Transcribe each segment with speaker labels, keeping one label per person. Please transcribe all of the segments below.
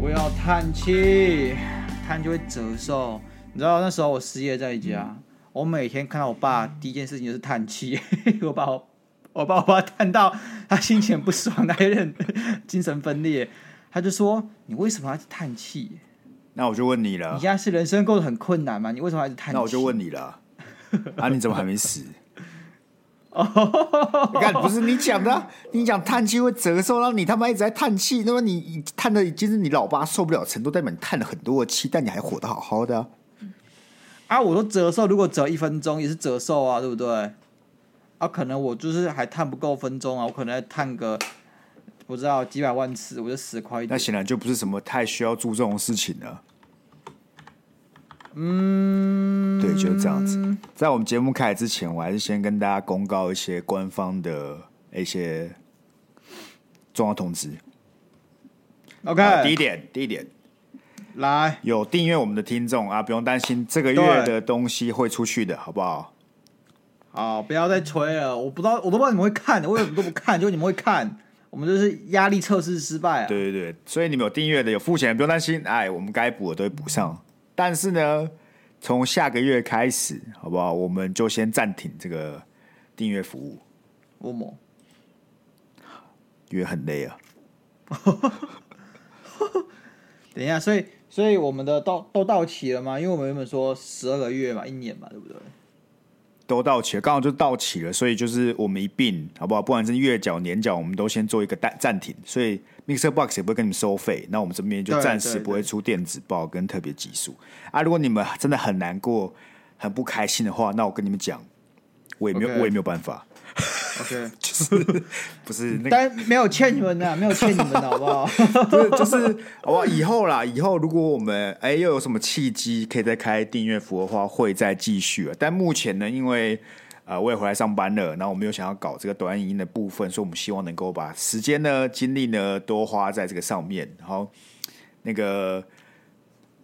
Speaker 1: 不要叹气，叹就会折寿。你知道那时候我失业在家，我每天看到我爸，第一件事情就是叹气。 我把我我把我爸叹到他心情不爽，他有点精神分裂。他就说：“你为什么要叹气？
Speaker 2: 那我就问你
Speaker 1: 你
Speaker 2: 了，
Speaker 1: 现在是人生过得很困难吗？你为什么还是叹气？”
Speaker 2: 啊那我就问你了，啊，你怎么还没死？ 哦，看不是你讲的啊，你讲叹气会折寿，然后你他妈一直在叹气，那么你你叹的已经是你老爸受不了程度，代表你叹了很多的气，但你还活得好好的啊、
Speaker 1: 啊，我说折寿，如果折一分钟也是折寿啊，对不对？啊，可能我就是还探不够分钟啊，我可能还探个不知道几百万次，我就死快一
Speaker 2: 那
Speaker 1: 点。
Speaker 2: 显然就不是什么太需要注重的事情了。嗯，对，就是这样子。在我们节目开始之前，我还是先跟大家公告一些官方的一些重要通知。啊第
Speaker 1: OK，
Speaker 2: 一点，第一点，
Speaker 1: 来，
Speaker 2: 有订阅我们的听众啊，不用担心这个月的东西会出去的，好不好？
Speaker 1: 好，不要再吹了，我不知道，我都不知道你们会看，我有什么都不看，就你们会看， 我们就是压力测试失败啊。
Speaker 2: 对对对，所以你们有订阅的，有付钱的，不用担心。哎，我们该补的都会补上，但是呢，从下个月开始，好不好？我们就先暂停这个订阅服务，
Speaker 1: 我某，
Speaker 2: 因为很累啊。
Speaker 1: 等一下，所以所以我们的到都到期了吗？因为我们原本说十二个月嘛，一年嘛，对不对？
Speaker 2: 都到期了，刚好就到期了，所以就是我们一并，好不好？不管是月缴、年缴，我们都先做一个暂暂停，所以 Mixer Box 也不会跟你们收费，那我们这边就
Speaker 1: 对
Speaker 2: 暂时
Speaker 1: 对
Speaker 2: 不会出电子报跟特别集数啊。如果你们真的很难过、很不开心的话，那我跟你们讲，我也没有
Speaker 1: OK
Speaker 2: 我也没有办法，
Speaker 1: OK，
Speaker 2: 不是那个，
Speaker 1: 但没有欠你们呐、没有欠你们的好不 好？
Speaker 2: 不是就是我以后啦，以后如果我们哎、又有什么契机可以再开订阅服的话，会再继续啊。但目前呢，因为呃我也回来上班了，然后我们又想要搞这个短影音的部分，所以我们希望能够把时间呢、精力呢多花在这个上面，然后那个。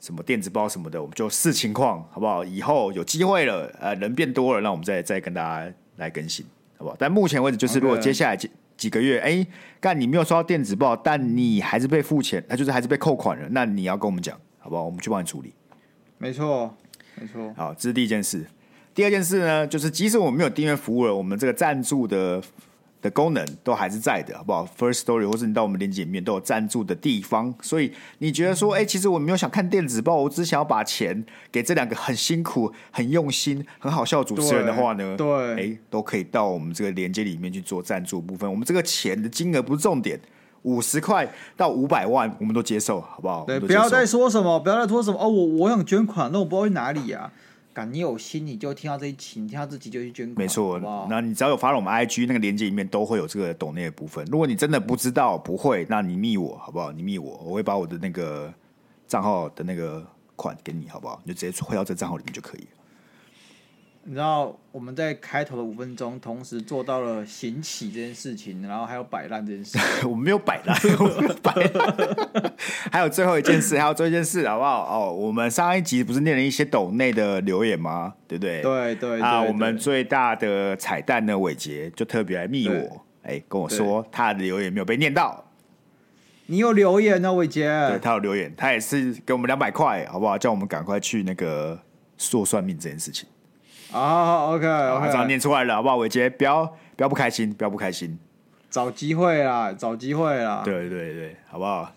Speaker 2: 什么电子包什么的，我们就视情况，好不好？以后有机会了，呃，人变多了，那我们再再跟大家来更新，好不好？但目前为止，就是如果
Speaker 1: OK
Speaker 2: 接下来几几个月，哎，干你没有收到电子报，但你还是被付钱，那就是还是被扣款了，那你要跟我们讲，好不好？我们去帮你处理。
Speaker 1: 没错，没错。
Speaker 2: 好，这是第一件事。第二件事呢，就是即使我们没有订阅服务了，我们这个赞助的的功能都还是在的，好不好？First Story 或是你到我们链接里面都有赞助的地方，所以你觉得说，哎、其实我没有想看电子报，我只想要把钱给这两个很辛苦、很用心、很好笑的主持人的话
Speaker 1: 对
Speaker 2: 呢，
Speaker 1: 对
Speaker 2: 哎、都可以到我们这个链接里面去做赞助部分。我们这个钱的金额不是重点。五十块到五百万，我们都接受，好不好？
Speaker 1: 对，
Speaker 2: 我们都
Speaker 1: 不要
Speaker 2: 接受
Speaker 1: 再说什么，不要再说什么哦，我我想捐款，那我不知道去哪里啊。敢你有心，你就听到这一期，你听到这集就去捐款，
Speaker 2: 没错
Speaker 1: 好不好，
Speaker 2: 那你只要有发了我们 IG 那个链接里面都会有这个抖内的部分。如果你真的不知道不会，那你密我好不好？你密我，我会把我的那个账号的那个款给你，好不好？你就直接汇到这账号里面就可以了。
Speaker 1: 你知道我们在开头的五分钟，同时做到了行乞这件事情，然后还有摆烂这件事。
Speaker 2: 我没有摆烂， 我没有摆烂。 还有最后一件事，还有最后一件事，好不好？哦，我们上一集不是念了一些抖内的留言吗？对不对？
Speaker 1: 对对对
Speaker 2: 啊，
Speaker 1: 对
Speaker 2: 我们最大的彩蛋呢，伟杰就特别来密
Speaker 1: 对
Speaker 2: 我，哎，跟我说他的留言没有被念到，
Speaker 1: 你有留言哦呢，伟
Speaker 2: 对
Speaker 1: 杰？
Speaker 2: 他有留言，他也是给我们两百块，好不好？叫我们赶快去那个做算命这件事情。
Speaker 1: 啊，OK
Speaker 2: 好，这样
Speaker 1: OK，
Speaker 2: 念出来了，好不好？伟杰，不要不要不开心，不要不开心。
Speaker 1: 找机会啦，找机会啦。
Speaker 2: 对对对，好不好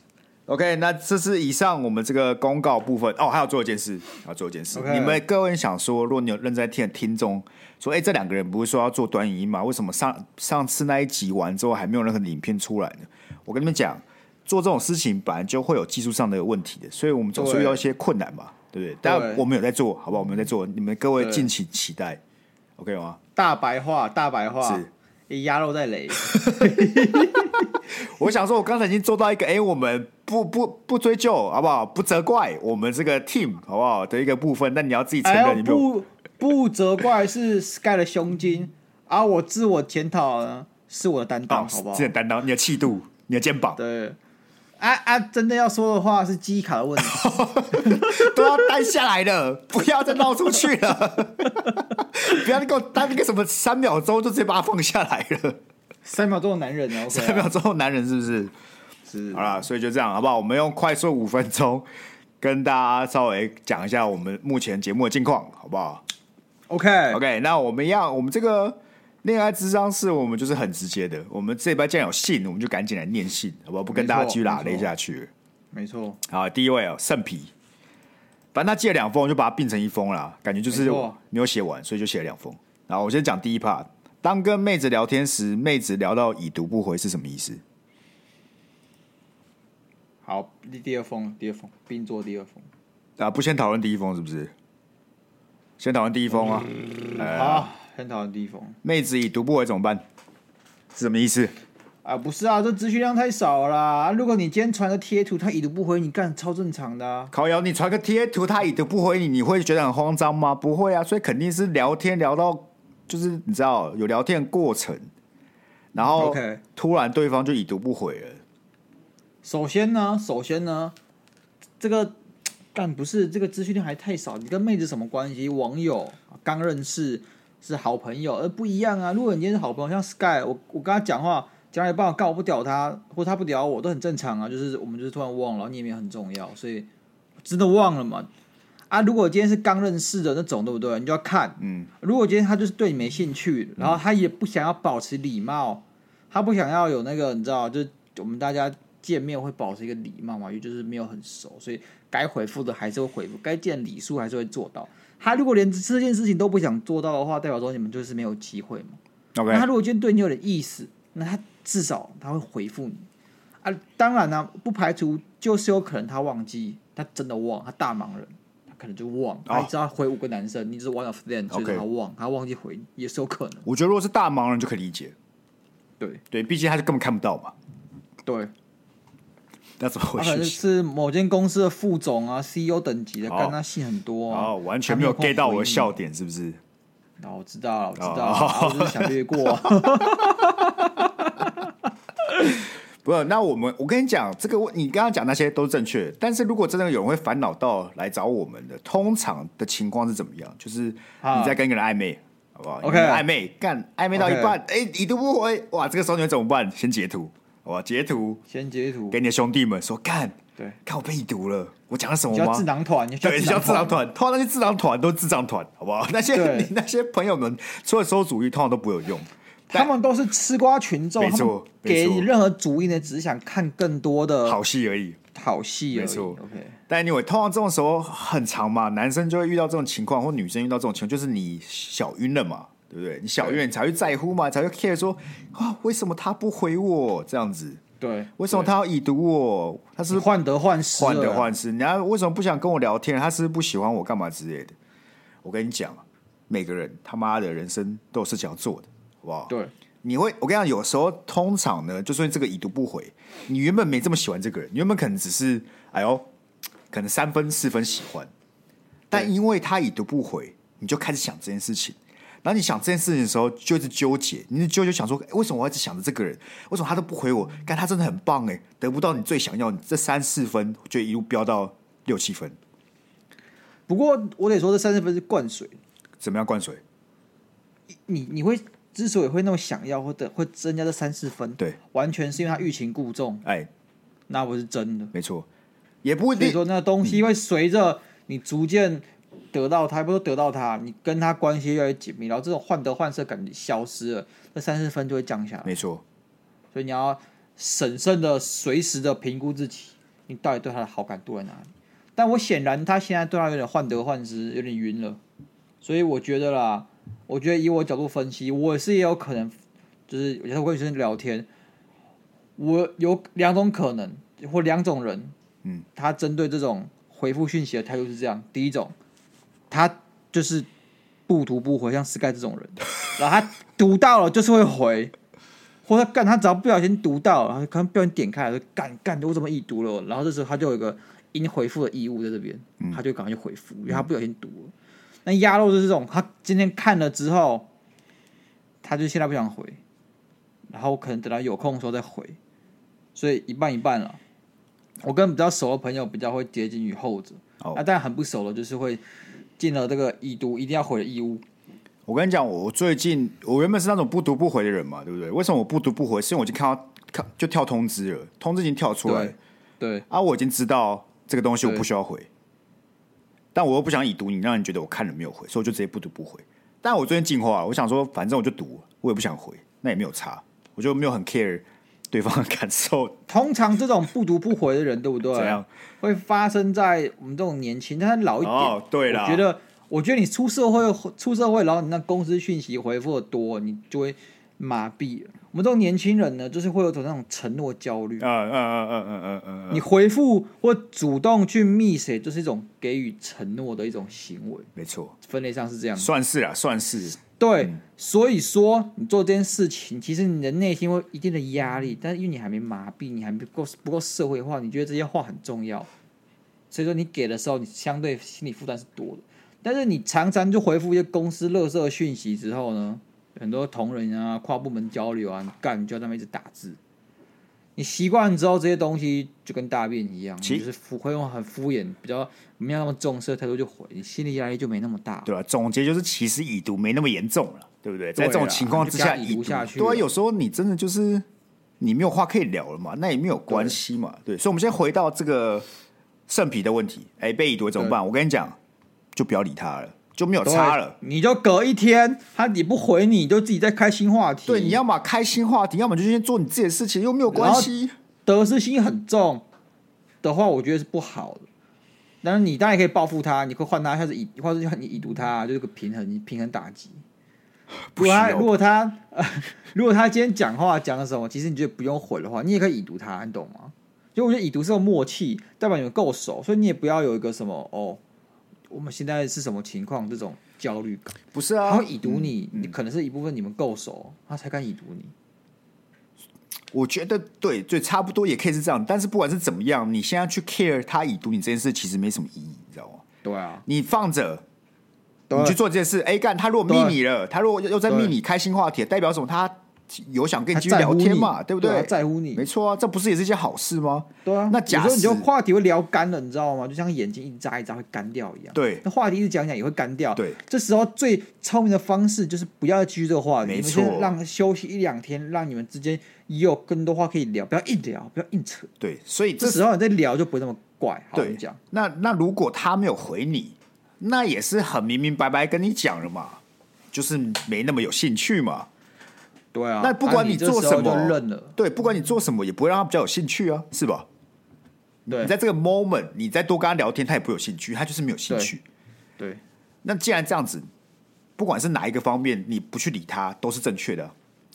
Speaker 2: ？OK，那这是以上我们这个公告部分哦，还有做一件事，还有做一件事。
Speaker 1: OK
Speaker 2: 你们各位想说，如果你有认真在听的听众说，哎、这两个人不是说要做短影音吗？为什么上上次那一集完之后还没有任何影片出来呢？我跟你们讲，做这种事情本来就会有技术上的问题的，所以我们总是
Speaker 1: 对
Speaker 2: 遇到一些困难嘛，对不对？但我们有在做，好不好？我们有在做，你们各位
Speaker 1: 对
Speaker 2: 敬请期待，OK 吗？
Speaker 1: 大白话，大白话
Speaker 2: 是，
Speaker 1: 一鸭肉在 雷。
Speaker 2: 我想说，我刚才已经做到一个，哎、我们不不不追究，好不好？不责怪我们这个 team，好不好的一个部分。但你要自己承
Speaker 1: 哎
Speaker 2: 认，
Speaker 1: 呦，
Speaker 2: 你没有。
Speaker 1: 不不责怪是 Sky 的胸襟，而、我自
Speaker 2: 哦
Speaker 1: 我检讨呢是我的担当，好不好？
Speaker 2: 这担当，你的气度，你的肩膀，
Speaker 1: 对，啊啊，真的要说的话是记忆卡的 问题。
Speaker 2: 都要单下来了，不要再闹出去了， 不要给我当那个什么三秒钟就直接把它放下来
Speaker 1: 啊
Speaker 2: 了，
Speaker 1: 三秒钟的男人啊，OK 啊
Speaker 2: 三秒钟后男人是不是？
Speaker 1: 是
Speaker 2: 好啦，所以就这样好不好？我们用快速五分钟跟大家稍微讲一下我们目前节目的近况，好不好
Speaker 1: OK
Speaker 2: ？OK，那我们要我们这个恋爱智商是我们就是很直接的，我们这礼拜既然有信，我们就赶紧来念信，好不好？不跟大家
Speaker 1: 没错
Speaker 2: 继续拉
Speaker 1: 没
Speaker 2: 勒
Speaker 1: 错
Speaker 2: 下去了。
Speaker 1: 没错，
Speaker 2: 好，第一位哦，圣皮，反正他寄了两封，我就把它并成一封啦，感觉就是
Speaker 1: 没错
Speaker 2: 没有写完，所以就写了两封。然后我先讲第一 part，当跟妹子聊天时，妹子聊到已读不回是什么意思？
Speaker 1: 好，第第二封，第二封，并做第二封。
Speaker 2: 啊，不先讨论第一封是不是？先讨论第一封啊，
Speaker 1: 嗯好，很讨厌第一封
Speaker 2: 妹子已读不回怎么办？是什么意思？
Speaker 1: 啊，不是啊，这资讯量太少了啦。啊如果你今天传个贴图，他已读不回，你干超正常的啊。
Speaker 2: 烤瑶，你传个贴图，他已读不回你，你会觉得很慌张吗？不会啊，所以肯定是聊天聊到，就是你知道有聊天的过程，然后
Speaker 1: OK
Speaker 2: 突然对方就已读不回了。
Speaker 1: 首先呢，首先呢，这个干不是这个资讯量还太少，你跟妹子什么关系？网友刚认识是好朋友，而不一样啊。如果你今天是好朋友，像 Sky，我我跟他讲话讲到一半，我告我不屌他，或他不屌我，都很正常啊。就是我们就是突然忘了，然后你也没有很重要，所以真的忘了嘛。啊，如果今天是刚认识的那种，对不对？你就要看，嗯。如果今天他就是对你没兴趣，然后他也不想要保持礼貌，他不想要有那个，你知道，就是我们大家见面会保持一个礼貌嘛，因为就是没有很熟，所以该回复的还是会回复，该见礼数还是会做到。他如果连这件事情都不想做到的话，代表说你们就是没有机会嘛。那
Speaker 2: OK，
Speaker 1: 他如果今天对你有点意思，那他至少他会回复你啊。当然呢、不排除就是有可能他忘记，他真的忘，他大忙人，他可能就忘，他只要回五个男生，你只是 one of them，所以
Speaker 2: OK
Speaker 1: 他忘，他忘记回你也是有可能。
Speaker 2: 我觉得如果是大忙人就可以理解，
Speaker 1: 对
Speaker 2: 对，毕竟他就根本看不到嘛，
Speaker 1: 对，
Speaker 2: 那怎么回
Speaker 1: 他可能
Speaker 2: 事？
Speaker 1: 啊是某间公司的副总啊、CEO 等级的，
Speaker 2: 哦
Speaker 1: 跟他信很多啊，
Speaker 2: 哦，完全没有
Speaker 1: 他没
Speaker 2: get 到我的笑
Speaker 1: 点。
Speaker 2: 点，是不是？
Speaker 1: 哦，我知道了，我知道了，
Speaker 2: 哦
Speaker 1: 啊我就是想略过 啊。
Speaker 2: 不是，那我们我跟你讲，这个问你刚刚讲那些都是正确的，但是如果真的有人会烦恼到来找我们的，通常的情况是怎么样？就是你在跟一个人暧昧，好不好
Speaker 1: OK
Speaker 2: 你跟暧昧干暧昧到一半，哎、已读不回，哇，这个时候你会怎么办？先截图，好吧，截图
Speaker 1: 先截图
Speaker 2: 给，你的兄弟们说，干，
Speaker 1: 对，
Speaker 2: 看我被已读了，我讲了什么
Speaker 1: 你
Speaker 2: 吗？
Speaker 1: 叫智囊团，你
Speaker 2: 对，叫智囊
Speaker 1: 团，
Speaker 2: 团，通常那些智囊团都是智障团，好不好？那些
Speaker 1: 对
Speaker 2: 你 那些朋友们，除了馊主意，通常都不会有用。
Speaker 1: 他们都是吃瓜群众，
Speaker 2: 没
Speaker 1: 他
Speaker 2: 错
Speaker 1: 们给
Speaker 2: 没
Speaker 1: 你
Speaker 2: 错
Speaker 1: 任何主意呢，只是想看更多的
Speaker 2: 好戏而已。
Speaker 1: 好戏而已。
Speaker 2: 没错
Speaker 1: OK，
Speaker 2: 但 anyway，通常这种时候很长嘛，男生就会遇到这种情况，或女生遇到这种情况，就是你小晕了嘛，对不对？你小晕你才会在乎嘛，才会 care 说啊，为什么他不回我这样子？
Speaker 1: 对，
Speaker 2: 为什么他要已读我？他是
Speaker 1: 是患得患失？
Speaker 2: 患得，患失，人家为什么不想跟我聊天？他是不是不喜欢我干嘛之类的？我跟你讲，每个人他妈的人生都有事情要做的，好不好？
Speaker 1: 对，
Speaker 2: 你会，我跟你讲，有时候通常呢，就算这个已读不回，你原本没这么喜欢这个人，你原本可能只是，哎呦，可能三分四分喜欢，但因为他已读不回，你就开始想这件事情。然后你想这件事情的时候，就一直纠结，你一直纠结想说，哎为什么我一直想着这个人？为什么他都不回我？但他真的很棒哎，得不到你最想要，你这三四分就一路飙到六七分，
Speaker 1: 不过我得说，这三十分是灌水。
Speaker 2: 怎么样灌水？
Speaker 1: 你你会之所以会那么想要，或者会增加这三四分，
Speaker 2: 对，
Speaker 1: 完全是因为他欲擒故纵，
Speaker 2: 哎，
Speaker 1: 那不是真的。
Speaker 2: 没错，也不一
Speaker 1: 所以
Speaker 2: 定
Speaker 1: 说，那东西会随着你逐渐得到它，不是说得到它，你跟它关系越来越紧密，然后这种患得患失感觉消失了，这三四分就会降下来。
Speaker 2: 没错。
Speaker 1: 所以你要审慎的、随时的评估自己，你到底对他的好感度在哪里。但我显然他现在对他有点患得患失，有点晕了，所以我觉得啦，我觉得以我角度分析，我是也有可能，就是有时候我跟女生聊天，我有两种可能或两种人，
Speaker 2: 嗯，
Speaker 1: 他针对这种回复讯息的态度是这样：第一种，他就是不读不回，像 Sky 这种人，然后他读到了就是会回，或者干他只要不小心读到，然后可能不小心点开了，就干干我怎么已读了？然后这时候他就有一个应回复的义务在这边，
Speaker 2: 嗯
Speaker 1: 他就赶快去回复，因为他不小心读了。那鸭肉就是这种，他今天看了之后，他就现在不想回，然后可能等到有空的时候再回，所以一半一半了。我跟比较熟的朋友比较会接近于后者，
Speaker 2: 哦
Speaker 1: 啊，但很不熟的就是会尽了这个已读一定要回的义务。
Speaker 2: 我跟你讲，我最近我原本是那种不读不回的人嘛，对不对？为什么我不读不回？是因为我已经看到看就跳通知了，通知已经跳出来
Speaker 1: 对，对，
Speaker 2: 啊，我已经知道这个东西我
Speaker 1: 对
Speaker 2: 不需要回，但我又不想已读你，让你觉得我看了没有回，所以我就直接不读不回。但我最近进化了，我想说，反正我就读，我也不想回，那也没有差，我就没有很 care 对方的感受
Speaker 1: 通常这种不读不回的人，对不对？
Speaker 2: 怎样。
Speaker 1: 会发生在我们这种年轻，但是老一点。
Speaker 2: 哦，对啦，
Speaker 1: 我觉得，我觉得你出社会，出社会，然后你那公司讯息回复的多，你就会麻痹了。我们这种年轻人呢，就是会有种那种承诺焦虑。
Speaker 2: 嗯，嗯嗯嗯嗯嗯嗯嗯，
Speaker 1: 你回复或主动去密谁，就是一种给予承诺的一种行为，
Speaker 2: 没错，
Speaker 1: 分类上是这样。
Speaker 2: 算是啦，算是。
Speaker 1: 对，所以说你做这件事情，其实你的内心会有一定的压力，但是因为你还没麻痹，你还没够不够社会化，你觉得这些话很重要，所以说你给的时候，你相对心理负担是多的。但是你常常就回复一些公司垃圾讯息之后呢，很多同仁啊、跨部门交流啊，你干你就在那边一直打字，你习惯之后，这些东西就跟大便一样，
Speaker 2: 其
Speaker 1: 你就是敷会用很敷衍、比较没有那么重视的态度就回，你心理压力就没那么大。
Speaker 2: 对吧、总结就是，其实已读没那么严重了，对不对？在这
Speaker 1: 对
Speaker 2: 种
Speaker 1: 啦
Speaker 2: 情况之下，
Speaker 1: 就不要已读下去
Speaker 2: 对啊，
Speaker 1: 了
Speaker 2: 有时候你真的就是你没有话可以聊了嘛，那也没有关系嘛，对。所以，我们先回到这个圣皮的问题，哎，被已读怎么办？我跟你讲，就不要理他了，就没有
Speaker 1: 对
Speaker 2: 差了。，
Speaker 1: 你就隔一天，他也不回你，就自己在开新话题。
Speaker 2: 对，你要么开新话题，要么就先做你自己的事情，又没有关系。
Speaker 1: 得失心很重的话，我觉得是不好的。但是你当然可以报复他，你可以换他，下次以或者你以毒他，就是个平衡平衡打击。如
Speaker 2: 不哦
Speaker 1: 果他
Speaker 2: 需要
Speaker 1: 啊如果他、 呃、如果他今天讲话讲了什么，其实你觉得不用回的话，你也可以以毒他，你懂吗？就我觉得以毒是个默契，代表你们够熟，所以你也不要有一个什么哦，我们现在是什么情况这种焦虑感。
Speaker 2: 不是
Speaker 1: 他
Speaker 2: 啊
Speaker 1: 会，已读你，你可能是一部分你们够熟，他才敢已读你。
Speaker 2: 我觉得对，对，差不多也可以是这样。但是不管是怎么样，你现在去 care 他已读你这件事，其实没什么意义，你知道吗？
Speaker 1: 对啊，
Speaker 2: 你放着，
Speaker 1: 对
Speaker 2: 你去做这件事。哎，干他如果密你了，他如果又在密你开心话题，代表什么？他有想跟你
Speaker 1: 他
Speaker 2: 继续
Speaker 1: 在
Speaker 2: 聊
Speaker 1: 乎
Speaker 2: 天
Speaker 1: 你
Speaker 2: 嘛，对不
Speaker 1: 对啊
Speaker 2: 对？
Speaker 1: 在乎你
Speaker 2: 没错啊，这不是也是一件好事吗？
Speaker 1: 对啊。
Speaker 2: 那
Speaker 1: 有时
Speaker 2: 假
Speaker 1: 候你
Speaker 2: 使
Speaker 1: 就话题会聊干了，你知道吗？就像眼睛一眨一眨会干掉一样。
Speaker 2: 对
Speaker 1: 那话题一直讲讲也会干掉。
Speaker 2: 对，
Speaker 1: 这时候最聪明的方式就是不要继续这个话题，
Speaker 2: 没
Speaker 1: 你们
Speaker 2: 错
Speaker 1: 先让休息一两天，让你们之间也有更多话可以聊，不要硬聊，不要硬扯。
Speaker 2: 对，所以这
Speaker 1: 这
Speaker 2: 是
Speaker 1: 时候你再聊就不会那么怪。好，
Speaker 2: 对
Speaker 1: 你讲。。
Speaker 2: 那那如果他没有回你，那也是很明明白白跟你讲了嘛，就是没那么有兴趣嘛。
Speaker 1: 对啊。
Speaker 2: 那不管
Speaker 1: 啊
Speaker 2: 你
Speaker 1: 你这
Speaker 2: 做
Speaker 1: 时
Speaker 2: 什
Speaker 1: 候就
Speaker 2: 么
Speaker 1: 认了。
Speaker 2: 对，不管你做什么，也不会让他比较有兴趣啊，是吧？
Speaker 1: 对
Speaker 2: 你在这个 moment，你再多跟他聊天，他也不会有兴趣，他就是没有兴
Speaker 1: 对
Speaker 2: 趣。
Speaker 1: 对
Speaker 2: 那既然这样子，不管是哪一个方面，你不去理他都是正确的。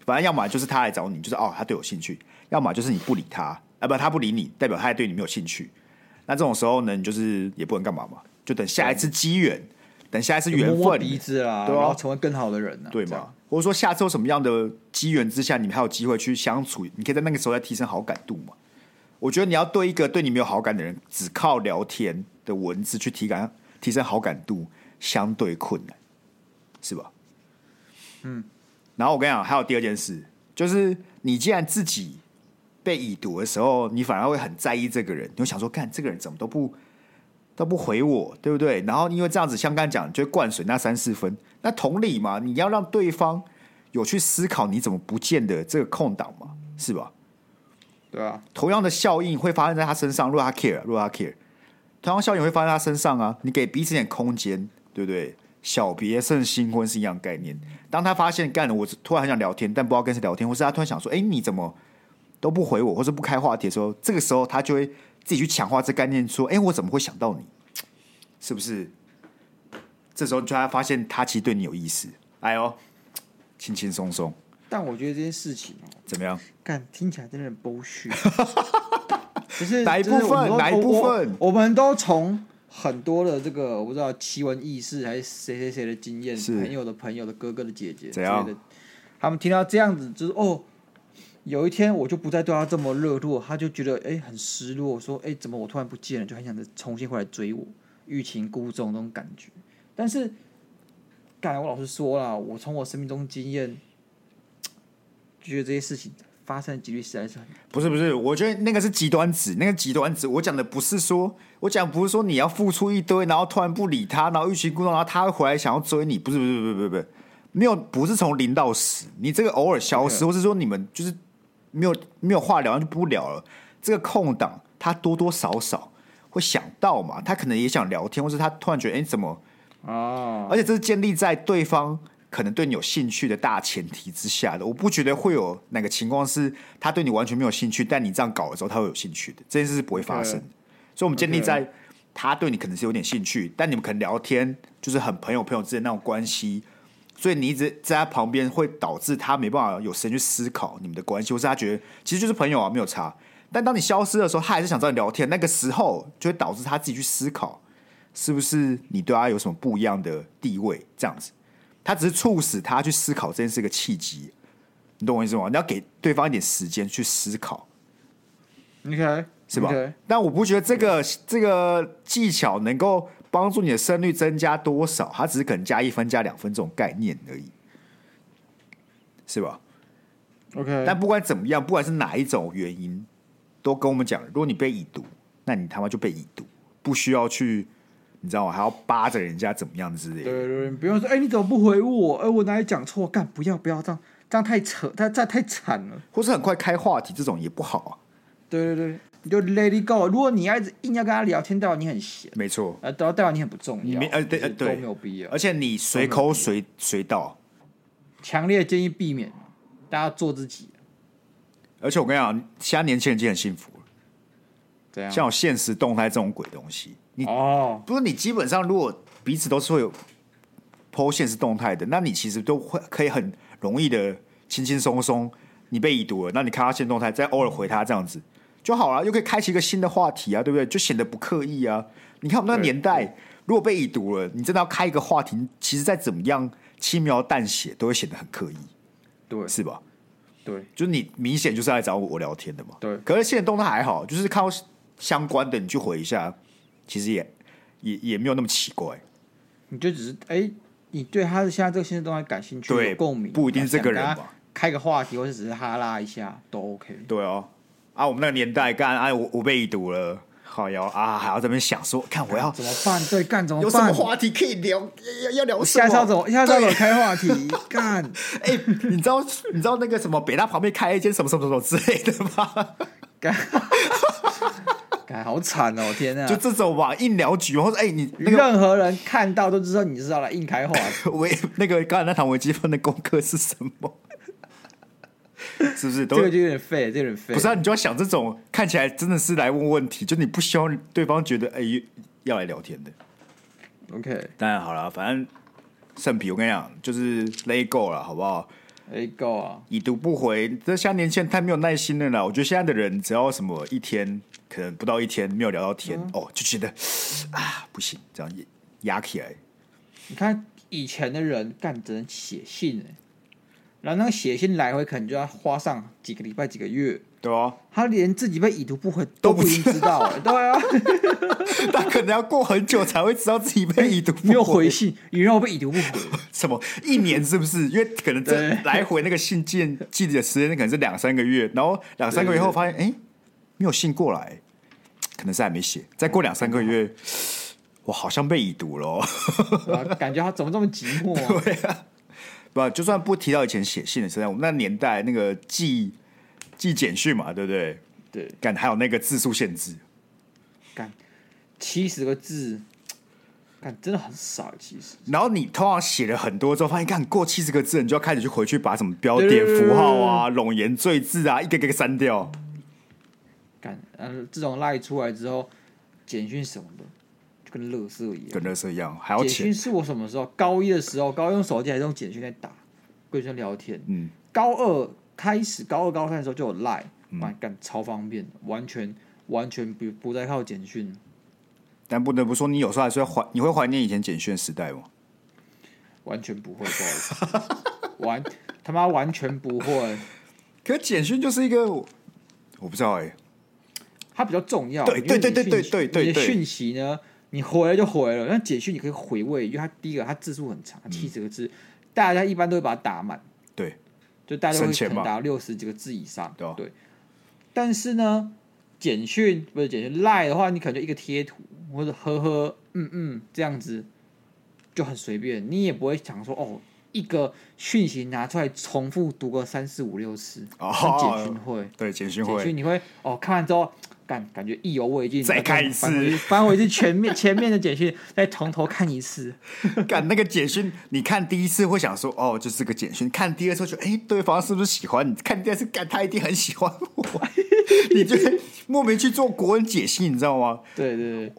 Speaker 2: 反正要么就是他来找你，就是哦他对我兴趣；要么就是你不理他，啊、不他不理你，代表他也对你没有兴趣。那这种时候呢，你就是也不能干嘛嘛，就等下一次机缘，等下一次
Speaker 1: 就
Speaker 2: 缘
Speaker 1: 摸摸
Speaker 2: 分，
Speaker 1: 鼻子啦，
Speaker 2: 对啊
Speaker 1: 然后成为更好的人呢。
Speaker 2: 对
Speaker 1: 啊这样
Speaker 2: 嘛？或者说下次有什么样的机缘之下，你们还有机会去相处，你可以在那个时候再提升好感度嘛。我觉得你要对一个对你没有好感的人，只靠聊天的文字去提感提升好感度，相对困难，是吧？嗯。
Speaker 1: 嗯
Speaker 2: 然后我跟你讲，还有第二件事，就是你既然自己被已读的时候，你反而会很在意这个人，你会想说，干这个人怎么都不都不回我，对不对？然后因为这样子，像刚才讲，就会灌水那三四分。那同理嘛，你要让对方有去思考你怎么不见的这个空档嘛，是吧？
Speaker 1: 对啊。
Speaker 2: 同样的效应会发生在他身上，如果他 care，如果他 care，同样效应会发生在他身上啊。你给彼此一点空间，对不对？小别胜新婚是一样的概念。当他发现干了，我突然很想聊天，但不知道跟谁聊天，或是他突然想说，哎，你怎么都不回我，或是不开话题的时候，这个时候他就会自己去强化这概念，说，哎，我怎么会想到你？是不是？这时候就他发现他其实对你有意思。哎呦，轻轻松松，
Speaker 1: 但我觉得这件事情哦，
Speaker 2: 怎么样？
Speaker 1: 干听起来真的很 bullshit。只是
Speaker 2: 哪一
Speaker 1: 就是
Speaker 2: 部分
Speaker 1: 我们都
Speaker 2: 哪一部
Speaker 1: 我
Speaker 2: 分
Speaker 1: 我我们都从很多的这个我不知道奇闻异事还是谁谁谁的经验，
Speaker 2: 是
Speaker 1: 朋友的朋友的哥哥的姐姐之
Speaker 2: 怎
Speaker 1: 类
Speaker 2: 样
Speaker 1: 的，他们听到这样子，就是哦，有一天我就不再对他这么热络，他就觉得哎、很失落，说哎、怎么我突然不见了，就很想再重新回来追我，欲擒故纵那种感觉。但是，刚才我老师说了，我从我生命中经验，觉得这些事情发生的几率实在是很低。
Speaker 2: 不是不是，我觉得那个是极端值，那个极端值，我讲的不是说，我讲不是说你要付出一堆，然后突然不理他，然后欲擒故纵，然后他会回来想要追你，不是不是不是不是不是，没有不是从零到十，你这个偶尔消失，
Speaker 1: 对
Speaker 2: 或是说你们就是没有没有话聊，那就不聊了。这个空档，他多多少少会想到嘛，他可能也想聊天，或是他突然觉得，哎、怎么？
Speaker 1: 哦，
Speaker 2: 而且这是建立在对方可能对你有兴趣的大前提之下的。我不觉得会有哪个情况是他对你完全没有兴趣，但你这样搞的时候他会有兴趣的，这件事是不会发生的。所以，我们建立在他对你可能是有点兴趣，但你们可能聊天就是很朋友朋友之间那种关系，所以你一直呃在他旁边会导致他没办法有时间去思考你们的关系，或是他觉得其实就是朋友啊，没有差。但当你消失的时候，他还是想找你聊天，那个时候就会导致他自己去思考，是不是你对他有什么不一样的地位？这样子，他只是促使他去思考这件事个契机，你懂我意思吗？你要给对方一点时间去思考，
Speaker 1: 你看
Speaker 2: 是吧
Speaker 1: OK，
Speaker 2: 但我不觉得这个这个技巧能够帮助你的胜率增加多少，它只是可能加一分、加两分这种概念而已，是吧？
Speaker 1: OK，
Speaker 2: 但不管怎么样，不管是哪一种原因，都跟我们讲，如果你被已读，那你他妈就被已读，不需要去，你知道吗？还要扒着人家怎么样之类
Speaker 1: 对
Speaker 2: 的。
Speaker 1: 对对，不用说，哎、你怎么不回我？哎、我哪里讲错？干，不要不要，这样这样太扯，这样这样太惨了。
Speaker 2: 或是很快开话题，这种也不好啊。
Speaker 1: 对对对，你就 let it go。如果你要一直硬要跟他聊天，代表你很闲，
Speaker 2: 没错，
Speaker 1: 呃，代表代表你很不重
Speaker 2: 你
Speaker 1: 要，
Speaker 2: 没呃对呃
Speaker 1: 就是
Speaker 2: 对
Speaker 1: 都没有必要
Speaker 2: 而。且你随口随随到，
Speaker 1: 强烈建议避免，大家做自己，
Speaker 2: 而且我跟你讲，现在年轻人已经很幸福了，
Speaker 1: 这样
Speaker 2: 像有现实动态这种鬼东西，你
Speaker 1: 哦，
Speaker 2: 不是你基本上如果彼此都是会有剖现实动态的，那你其实都会可以很容易的轻轻松松，你被已读了，那你看他现动态，再偶尔回他这样子就好了，又可以开启一个新的话题啊，对不对？就显得不刻意啊。你看我们那个
Speaker 1: 对
Speaker 2: 年代，如果被已读了，你真的要开一个话题，其实再怎么样轻描淡写，都会显得很刻意，
Speaker 1: 对
Speaker 2: 是吧？
Speaker 1: 对，
Speaker 2: 就是你明显就是来找我聊天的嘛。
Speaker 1: 对
Speaker 2: 可是现在动态还好，就是看到相关的你去回一下，其实也也也没有那么奇怪。
Speaker 1: 你就只是哎、你对他的现在这个现实动态感兴趣，
Speaker 2: 对
Speaker 1: 有共鸣，
Speaker 2: 不一定是这个人吧
Speaker 1: 想跟他开个话题，或者只是哈拉一下都 OK。
Speaker 2: 对哦，啊，我们那个年代干，啊，我我被已读了，好要啊，还要在那边想说，看我要
Speaker 1: 怎么办？对，干怎么
Speaker 2: 有什么
Speaker 1: 办？
Speaker 2: 话题可以聊，要要聊什
Speaker 1: 下
Speaker 2: 么？
Speaker 1: 次要怎么？下次要怎么开话 题？干，
Speaker 2: 哎、你知道你知道那个什么北大旁边开了一间什么什么什么之类的 吗？
Speaker 1: 干，干，好惨哦！天啊！
Speaker 2: 就这种吧，硬聊局，或者哎、你那个
Speaker 1: 任何人看到都知道你是要来硬 开话题。
Speaker 2: 微那个刚才那堂微积分的功课是什么？ 是不是都
Speaker 1: 这个就有点废，这个有点废。
Speaker 2: 不是、啊？你就要想这种看起来真的是来问问题，就你不希望对方觉得哎、要来聊天的。
Speaker 1: OK，
Speaker 2: 当然好了，反正圣皮，我跟你讲，就是勒够了，好不好？
Speaker 1: 哎够啊，
Speaker 2: 已读不回，这现在年轻人太没有耐心了啦。我觉得现在的人，只要什么一天，可能不到一天没有聊到天，哦，就觉得啊不行，这样压压起来。
Speaker 1: 你看以前的人干只能写信哎、然后那个写信来回可能就要花上几个礼拜、几个月，
Speaker 2: 对啊，
Speaker 1: 他连自己被已读不回都
Speaker 2: 不
Speaker 1: 不一定知道哎、 对啊，
Speaker 2: 他可能要过很久才会知道自己被已读不
Speaker 1: 没有
Speaker 2: 回
Speaker 1: 回信，你让我被已读不回，
Speaker 2: 什么一年是不是？因为可能这
Speaker 1: 对
Speaker 2: 来回那个信件寄的时间可能是两三个月，然后两三个月后
Speaker 1: 对对对
Speaker 2: 发现，哎、没有信过来，可能是还没写。再过两三个月，我好像被已读了、哦。
Speaker 1: 对吧感觉他怎么这么寂寞啊？
Speaker 2: 不，就算不提到以前写信的时代，我们那年代那个寄寄简讯嘛，对不对？
Speaker 1: 对，
Speaker 2: 干还有那个字数限制，
Speaker 1: 干七十个字，干真的很少其实。
Speaker 2: 然后你通常写了很多之后，发现干过七十个字，你就要开始去回去把什么标点
Speaker 1: 对对对
Speaker 2: 符号啊、冗言赘字啊，一个一个删掉。
Speaker 1: 干，嗯、自从赖出来之后，简讯什么的就跟垃圾一样。
Speaker 2: 跟垃圾一样，还要
Speaker 1: 简
Speaker 2: 钱
Speaker 1: 讯，是我什么时候？高一的时候，高一用手机还是用简讯在打，跟女生聊天。
Speaker 2: 嗯，
Speaker 1: 高二开始，高二高三的时候就有赖，
Speaker 2: 嗯
Speaker 1: 蛮干、超方便的，完全完全不不再靠简讯。
Speaker 2: 但不得不说，你有时候还是会怀，你会怀念以前简讯的时代吗？
Speaker 1: 完全不会，不好意思， 完他妈完全不会，
Speaker 2: 可简讯就是一个，我不知道哎、
Speaker 1: 它比较重要。
Speaker 2: 对
Speaker 1: 因为你
Speaker 2: 对对
Speaker 1: 讯
Speaker 2: 对
Speaker 1: 息
Speaker 2: 对对
Speaker 1: 你的
Speaker 2: 对
Speaker 1: 讯息呢，你回了就回了，但简讯你可以回味，因为它第一个它字数很长，七十个字，大家一般都会把它打满。
Speaker 2: 嗯对，
Speaker 1: 就大家会
Speaker 2: 省钱
Speaker 1: 可能
Speaker 2: 嘛
Speaker 1: 达六十几个字以上，
Speaker 2: 对啊
Speaker 1: 但是呢，简讯不是简讯赖的话，你可能就一个贴图或者呵呵嗯嗯这样子，就很随便，你也不会想说哦，一个讯息拿出来重复读个三四五六次，
Speaker 2: 哦
Speaker 1: 像简讯会。
Speaker 2: 对，简讯
Speaker 1: 所以
Speaker 2: 会
Speaker 1: 你会哦，看完之后感感觉意犹未尽，
Speaker 2: 再看一次
Speaker 1: 翻 回去，翻回去前面前面的简讯，再从头看一次。
Speaker 2: 干那个简讯，你看第一次会想说哦，就是个简讯；看第二次就哎、对方是不是喜欢你？看第二次，干他一定很喜欢我， 你就会莫名去做国文解析，你知道吗？
Speaker 1: 对
Speaker 2: 嗯
Speaker 1: 对对，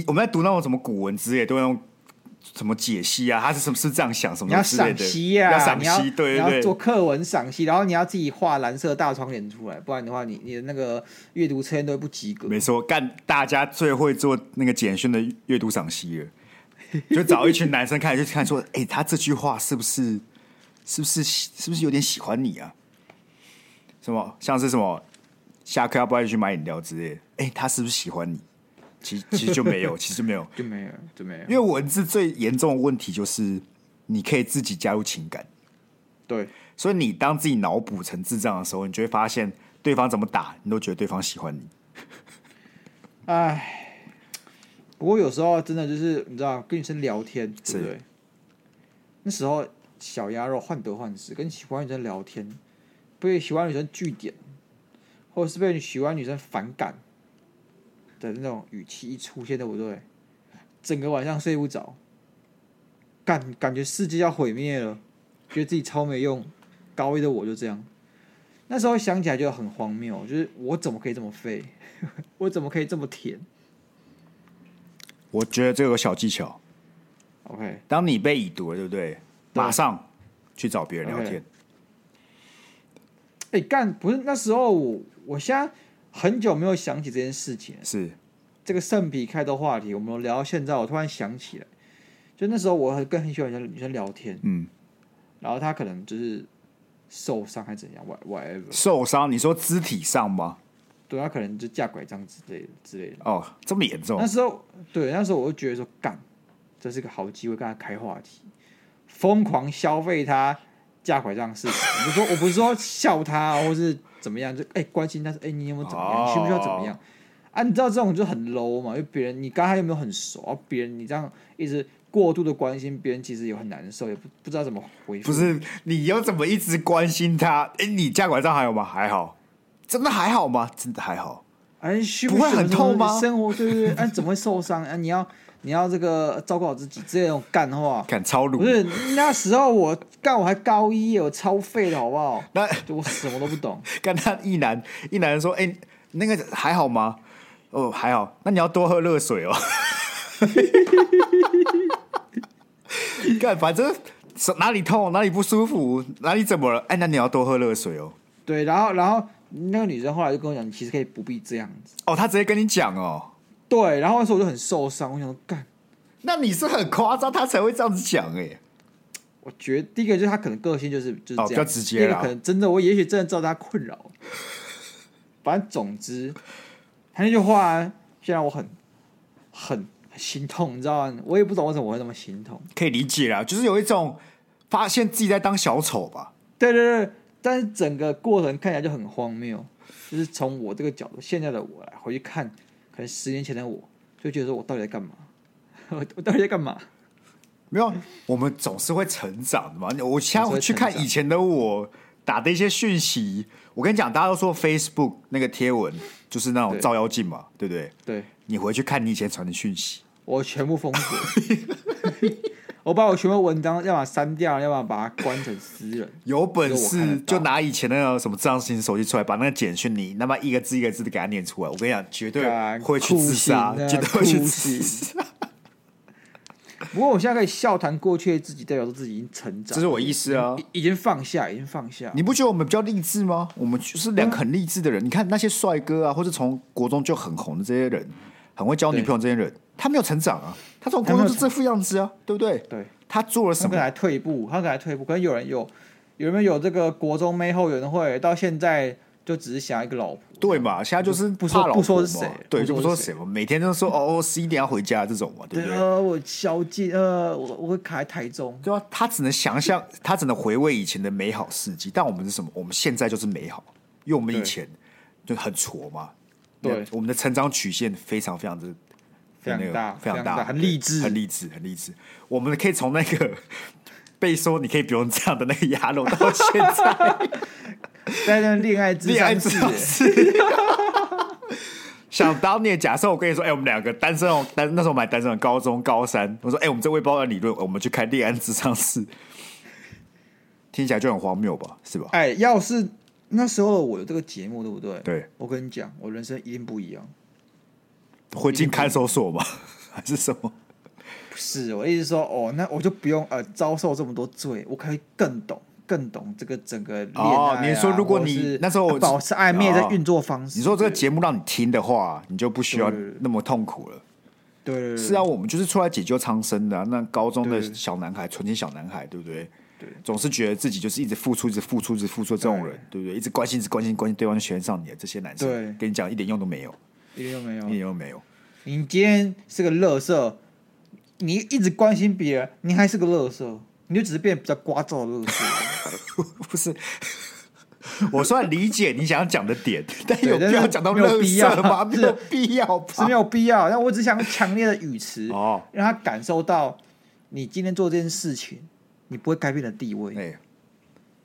Speaker 2: 以我们在读那种什么古文之类，都会用什么解析啊，他是什么是这样想什
Speaker 1: 你
Speaker 2: 么
Speaker 1: 要
Speaker 2: 之类
Speaker 1: 赏
Speaker 2: 的，
Speaker 1: 析呀、
Speaker 2: 要
Speaker 1: 啊，
Speaker 2: 赏
Speaker 1: 你要
Speaker 2: 析，对
Speaker 1: 你
Speaker 2: 对
Speaker 1: 要做
Speaker 2: 对，
Speaker 1: 课文赏析，然后你要自己画蓝色大窗帘出来，不然的话你，你的那个阅读测验都会不及格。
Speaker 2: 没错，干大家最会做那个简讯的阅读赏析了，就找一群男生看，就看说，哎、他这句话是不是是不是是不是有点喜欢你啊？什么像是什么下课要不要去买饮料之类的？哎、他是不是喜欢你？其其实就没有，其实就没有，
Speaker 1: 就没有，就没有
Speaker 2: 因。为文字最严重的问题就是你可以自己加入情感。
Speaker 1: 对，
Speaker 2: 所以你当自己脑补成智障的时候，你就会发现对方怎么打，你都觉得对方喜欢你。
Speaker 1: 唉，不过有时候真的就是你知道，跟女生聊天，对不对？那时候小鸭肉患得患失，跟喜欢女生聊天，被喜欢女生据点，或者是被喜欢女生反感的那种语气一出现，对不对？整个晚上睡不着，感感觉世界要毁灭了，觉得自己超没用。高一的我就这样，那时候想起来就很荒谬，就是我怎么可以这么废？ 我怎么可以这么甜
Speaker 2: 我觉得这有个小技巧，
Speaker 1: ？OK，
Speaker 2: 当你被已读了，对不对？马上去找别人聊天。
Speaker 1: 哎、干不是那时候我，我现在很久没有想起这件事情了。
Speaker 2: 是
Speaker 1: 这个圣彼开头话题，我们聊到现在，我突然想起来，就那时候我很跟很喜欢女生女生聊天，
Speaker 2: 嗯，
Speaker 1: 然后她可能就是受伤还怎样，what-，whatever，
Speaker 2: 受伤，你说肢体上吗？
Speaker 1: 对她可能就架拐杖之类的之类的。
Speaker 2: 哦，这么严重
Speaker 1: 那？时候对，那时候我就觉得说，干，这是个好机会，跟她开话题，疯狂消费她架拐杖的事情。我不是说我不是说笑她或是怎么样，就哎、关心她说，哎、你有没有怎么样，你需不需要怎么
Speaker 2: 哦
Speaker 1: 样啊？你知道这种就很 low 嘛，因为别人你刚才有没有很熟啊？别人你这样一直过度的关心别人，其实也很难受，也不不知道怎么回复。
Speaker 2: 不是，你又怎么一直关心他？哎、你家拐杖还有吗？还好，真的还好吗？真的还好。
Speaker 1: 哎，需
Speaker 2: 不会很痛吗
Speaker 1: 生活对对对，哎，怎么会受伤？哎，你要你要这个照顾好自己，这种干话。
Speaker 2: 看超鲁
Speaker 1: 不，是那时候我干我还高一耶，我超废的好不 好？
Speaker 2: 那
Speaker 1: 我什么都不懂，
Speaker 2: 跟他一男一男说，哎、那个还好吗？哦，还好。那你要多喝热水哦。 干，反正手哪里痛哪里不舒服哪里怎么了？哎、那你要多喝热水哦。
Speaker 1: 对，然后然后那个女生后来就跟我讲，你其实可以不必这样子，
Speaker 2: 哦，他直接跟你讲哦。
Speaker 1: 对，然后那时候我就很受伤，我想说干，
Speaker 2: 那你是很夸张，他才会这样子讲哎、
Speaker 1: 我觉得第一个就是她可能个性就是就是这样，
Speaker 2: 哦比较直接
Speaker 1: 第二个
Speaker 2: 啦
Speaker 1: 可能真的我也许真的造成她困扰，反正总之，她那句话现在我很很很心痛，你知道吗？我也不懂为什么我会那么心痛。
Speaker 2: 可以理解啦，就是有一种发现自己在当小丑吧。
Speaker 1: 对对对，但是整个过程看起来就很荒谬，就是从我这个角度，现在的我来回去看，可能十年前的我，就觉得说我到底在干嘛？ 我我到底在干嘛？
Speaker 2: 没有，我们总是会成长的嘛。我现在去看以前的我打的一些讯息，我跟你讲，大家都说 Facebook 那个贴文就是那种
Speaker 1: 对
Speaker 2: 照妖镜嘛，对不对？
Speaker 1: 对
Speaker 2: 你回去看你以前传的讯息，
Speaker 1: 我全部封锁， 我把我全部文章要么删掉，要么把它关成私人。
Speaker 2: 有本
Speaker 1: 这个我
Speaker 2: 事
Speaker 1: 看得到
Speaker 2: 就拿以前那个什么智障型手机出来，把那个简讯你那么一个字一个字的给他念出来。我跟你讲，绝对
Speaker 1: 干
Speaker 2: 会去自杀，
Speaker 1: 酷刑啊
Speaker 2: 绝对会去
Speaker 1: 酷刑
Speaker 2: 自杀。
Speaker 1: 不过我现在可以笑谈过去的自己，代表说自己已经成
Speaker 2: 这
Speaker 1: 长，
Speaker 2: 是我意思啊。
Speaker 1: 已已经放下，已经放下。
Speaker 2: 你不觉得我们比较励志吗？我们就是两个很励志的人。你看那些帅哥啊，或是从国中就很红的这些人，很会交女朋友这些人，他没有成长啊，他从国中就这副样子啊，对不对？
Speaker 1: 对，
Speaker 2: 他做了
Speaker 1: 他
Speaker 2: 什
Speaker 1: 可能
Speaker 2: 么？
Speaker 1: 还退步，他可能还退步。可能有人有，有没有有这个国中妹后援会，到现在就只是想一个老婆。
Speaker 2: 对嘛？现在就是
Speaker 1: 不
Speaker 2: 怕
Speaker 1: 说
Speaker 2: 老
Speaker 1: 不说
Speaker 2: 婆
Speaker 1: 是
Speaker 2: 嘛
Speaker 1: 谁
Speaker 2: 对，
Speaker 1: 不
Speaker 2: 就不
Speaker 1: 说
Speaker 2: 说
Speaker 1: 是
Speaker 2: 谁嘛，每天都说哦哦十一点要回家这种嘛，对不对？
Speaker 1: 呃，我宵禁，呃，我我会卡在台中。
Speaker 2: 对啊，他只能想象，他只能回味以前的美好事迹。但我们是什么？我们现在就是美好，因为我们以
Speaker 1: 对
Speaker 2: 前就很挫嘛。
Speaker 1: 对
Speaker 2: 我们的成长曲线非常非常之
Speaker 1: 非常
Speaker 2: 那个
Speaker 1: 大
Speaker 2: 非常
Speaker 1: 非常大很
Speaker 2: 对
Speaker 1: 励志
Speaker 2: 很励志，很励志。我们可以从那个被说你可以不用这样的那个鸭肉，到现在
Speaker 1: 但 是恋爱之
Speaker 2: 恋爱
Speaker 1: 商
Speaker 2: 之
Speaker 1: 是
Speaker 2: 道是。想当年，假设我跟你说，哎、我们两个单身哦，单那时候买单身的高中高三，我说，哎、我们这微包的理论，我们去开恋爱智商室，听起来就很荒谬吧，是吧？
Speaker 1: 哎，要是那时候的我有这个节目，对不对？
Speaker 2: 对，
Speaker 1: 我跟你讲，我人生一定不一样。
Speaker 2: 会进看守所吗？ 还是什么？
Speaker 1: 不是，我的意思是说，哦，那我就不用呃遭受这么多罪，我可以更懂。更懂这个整个恋爱、啊
Speaker 2: 哦你说如果你
Speaker 1: 或者是
Speaker 2: 那时候我
Speaker 1: 保持暧昧的
Speaker 2: 哦
Speaker 1: 运作方式，
Speaker 2: 你说这个
Speaker 1: 对
Speaker 2: 节目让你听的话，你就不需要
Speaker 1: 对对对
Speaker 2: 那么痛苦了。
Speaker 1: 对对对
Speaker 2: 是啊，我们就是出来解救苍生的啊、那高中
Speaker 1: 嗯
Speaker 2: 的
Speaker 1: 对
Speaker 2: 小男孩，纯情小男孩，对不对？
Speaker 1: 对
Speaker 2: 总是觉得自己就是一直付出，一直付出，一直付出的这种人，对不对？一直关心，一直关心，关心对方就喜欢上你的这些男生
Speaker 1: 对，嗯
Speaker 2: 跟你讲一点用都没有，
Speaker 1: 一点都没
Speaker 2: 一点
Speaker 1: 有。
Speaker 2: 用都没有。
Speaker 1: 你今天是个乐色，你一直关心别人，你还是个乐色，你就只是变得比较聒噪的乐色。
Speaker 2: 不是，我虽然理解你想要讲的 点，但
Speaker 1: 对
Speaker 2: 有
Speaker 1: 但
Speaker 2: 必
Speaker 1: 是
Speaker 2: 要讲到
Speaker 1: 没有
Speaker 2: 乐
Speaker 1: 必
Speaker 2: 色
Speaker 1: 要
Speaker 2: 吗？没
Speaker 1: 是
Speaker 2: 有必要
Speaker 1: 是
Speaker 2: 吧
Speaker 1: 没？有必要。但我只想用强烈的语词，
Speaker 2: 哦，
Speaker 1: 让他感受到你今天做这件事情，你不会改变的地位。
Speaker 2: 哎，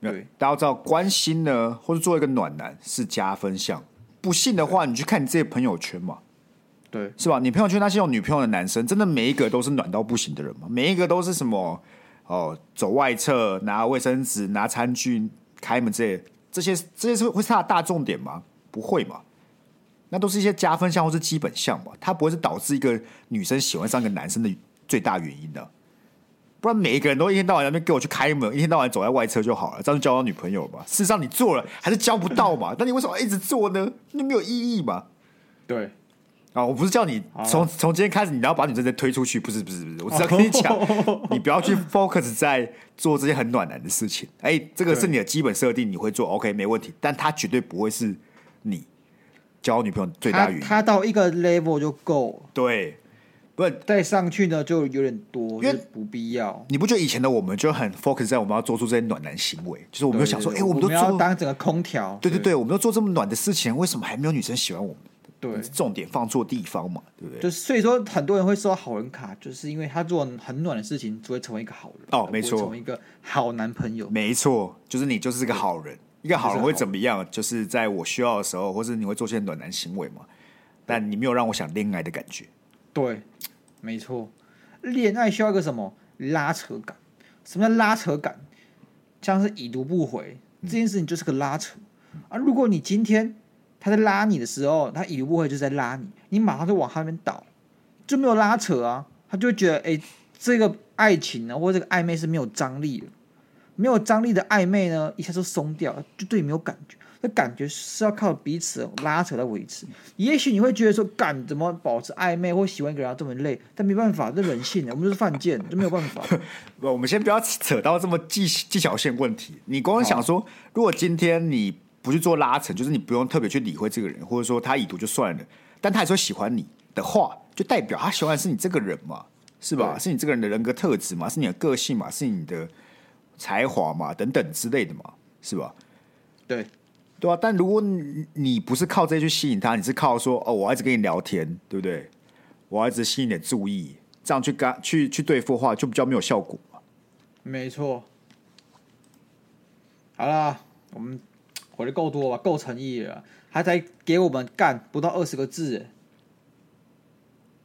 Speaker 2: 没有
Speaker 1: 对
Speaker 2: 大家知道关心呢，或者做一个暖男是加分项。不信的话，你去看你自己的朋友圈嘛，
Speaker 1: 对，
Speaker 2: 是吧？你朋友圈那些有女朋友的男生，真的每一个都是暖到不行的人吗？每一个都是什么哦，走外侧拿卫生纸、拿餐具、开门之类的，这些这些是会是他的大重点吗？不会嘛？那都是一些加分项或是基本项嘛，它不会是导致一个女生喜欢上一个男生的最大原因的。不然每一个人都一天到晚在那边给我去开门，一天到晚走在外侧就好了，这样就交到女朋友嘛。事实上你做了还是交不到嘛，那你为什么一直做呢？那没有意义嘛。
Speaker 1: 对，
Speaker 2: 啊，我不是叫你
Speaker 1: 好
Speaker 2: 从从今天开始，你要把女生再推出去，不是不是不是，我只要跟你讲，
Speaker 1: 哦
Speaker 2: 你不要去 focus 在做这些很暖男的事情。哎、这个是
Speaker 1: 对
Speaker 2: 你的基本设定，你会做 OK 没问题，但他绝对不会是你交女朋友最大
Speaker 1: 他
Speaker 2: 原因。
Speaker 1: 他到一个 level 就够，
Speaker 2: 对，不，
Speaker 1: 再上去呢就有点多，
Speaker 2: 因为
Speaker 1: 就是不必要。
Speaker 2: 你不觉得以前的我们就很 focus 在我们要做出这些暖男行为，就是我
Speaker 1: 我
Speaker 2: 们就想说，哎、
Speaker 1: 我
Speaker 2: 们都
Speaker 1: 们要
Speaker 2: 做，
Speaker 1: 当整个空调。
Speaker 2: 对对对，我们都做这么暖的事情，为什么还没有女生喜欢我们？
Speaker 1: 对，
Speaker 2: 重点放错地方嘛，对不对？
Speaker 1: 就所以说，很多人会收到好人卡，就是因为他做很暖的事情，只会成为一个好人。
Speaker 2: 哦
Speaker 1: 而不会
Speaker 2: 没错
Speaker 1: 成为一个好男朋友。
Speaker 2: 没错，就是你就是个好人。一个好人会怎么样？就是在我需要的时候，或是你会做些暖男行为嘛？但你没有让我想恋爱的感觉。
Speaker 1: 对，没错，恋爱需要一个什么拉扯感？什么叫拉扯感？像是已读不回这件事情就是个拉扯啊！如果你今天他在拉你的时候，他已读不回就是在拉你，你马上就往他那边倒，就没有拉扯啊，他就会觉得哎、这个爱情呢，或者这个暧昧是没有张力的，没有张力的暧昧呢，一下就松掉了，就对你没有感觉。那感觉是要靠彼此拉扯来维持。也许你会觉得说，干怎么保持暧昧或喜欢一个人啊要这么累？但没办法，这人性啊的，我们就是犯贱，这没有办法。
Speaker 2: 不我们先不要扯到这么技技巧性问题。你光想说，如果今天你不去做拉扯，就是你不用特别去理会这个人，或者说他已读就算了，但他还说喜欢你的话，就代表他喜欢的是你这个人嘛，是吧？
Speaker 1: 对
Speaker 2: 是你这个人的人格特质嘛，是你的个性嘛，是你的才华嘛，等等之类的嘛，是吧？
Speaker 1: 对
Speaker 2: 对啊，但如果你你不是靠这些去吸引他，你是靠说哦，我要一直跟你聊天，对不对？我要一直吸引你的注意，这样去跟去去对付的话，就比较没有效果嘛。
Speaker 1: 没错。好啦，我们回的够多吧，够诚意了，他才给我们干不到二十个字，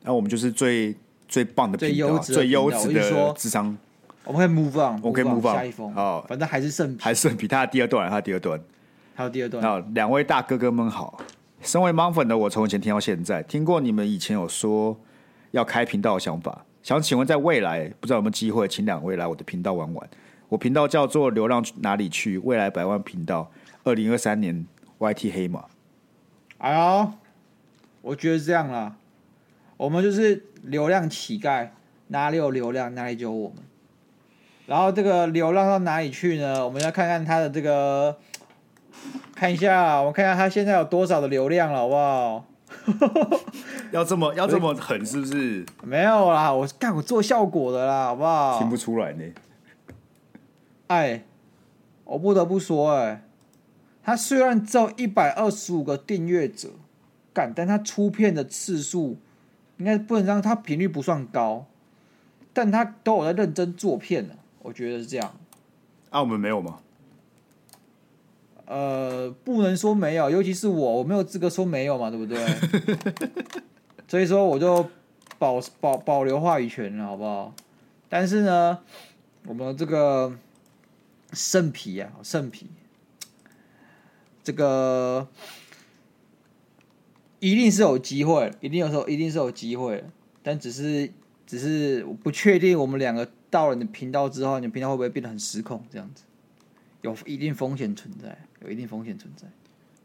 Speaker 2: 那、我们就是最最棒的
Speaker 1: 最
Speaker 2: 频道啊
Speaker 1: 优质的
Speaker 2: 最优
Speaker 1: 频道
Speaker 2: 质
Speaker 1: 我就
Speaker 2: 的
Speaker 1: 说
Speaker 2: 智商，
Speaker 1: 我们可以 move on，
Speaker 2: 我可以 move on
Speaker 1: 下一封，
Speaker 2: 好
Speaker 1: 反正还是圣品，
Speaker 2: 还是比他的第二段，他的第二段。
Speaker 1: 还有第二段，
Speaker 2: 那两位大哥哥们好，身为盲粉的我，从以前听到现在，听过你们以前有说要开频道的想法，想请问在未来不知道有没有机会，请两位来我的频道玩玩。我频道叫做“流浪哪里去”，未来百万频道，二零二三年 YT 黑马。
Speaker 1: 哎呦，我觉得是这样啦，我们就是流量乞丐，哪里有流量哪里就有我们。然后这个流浪到哪里去呢？我们要看看他的这个看一下，我看一下他现在有多少的流量了，好不好？
Speaker 2: 要这么要这么狠是不是？
Speaker 1: 没有啦，我干我做效果的啦，好不好？
Speaker 2: 听不出来呢。
Speaker 1: 哎，我不得不说、哎，他虽然只有一百二十五个订阅者，干，但他出片的次数应该不能让他频率不算高，但他都有在认真做片呢，我觉得是这样。
Speaker 2: 啊，我们没有吗？
Speaker 1: 呃，不能说没有，尤其是我，我没有资格说没有嘛，对不对？ 所以说我就保保保留话语权了，好不好？但是呢，我们这个圣皮啊，圣皮，这个一定是有机会，一定有时候一定是有机会，但只是只是我不确定我们两个到了你的频道之后，你的频道会不会变得很失控这样子。有一定风险存在，有一定风险存在。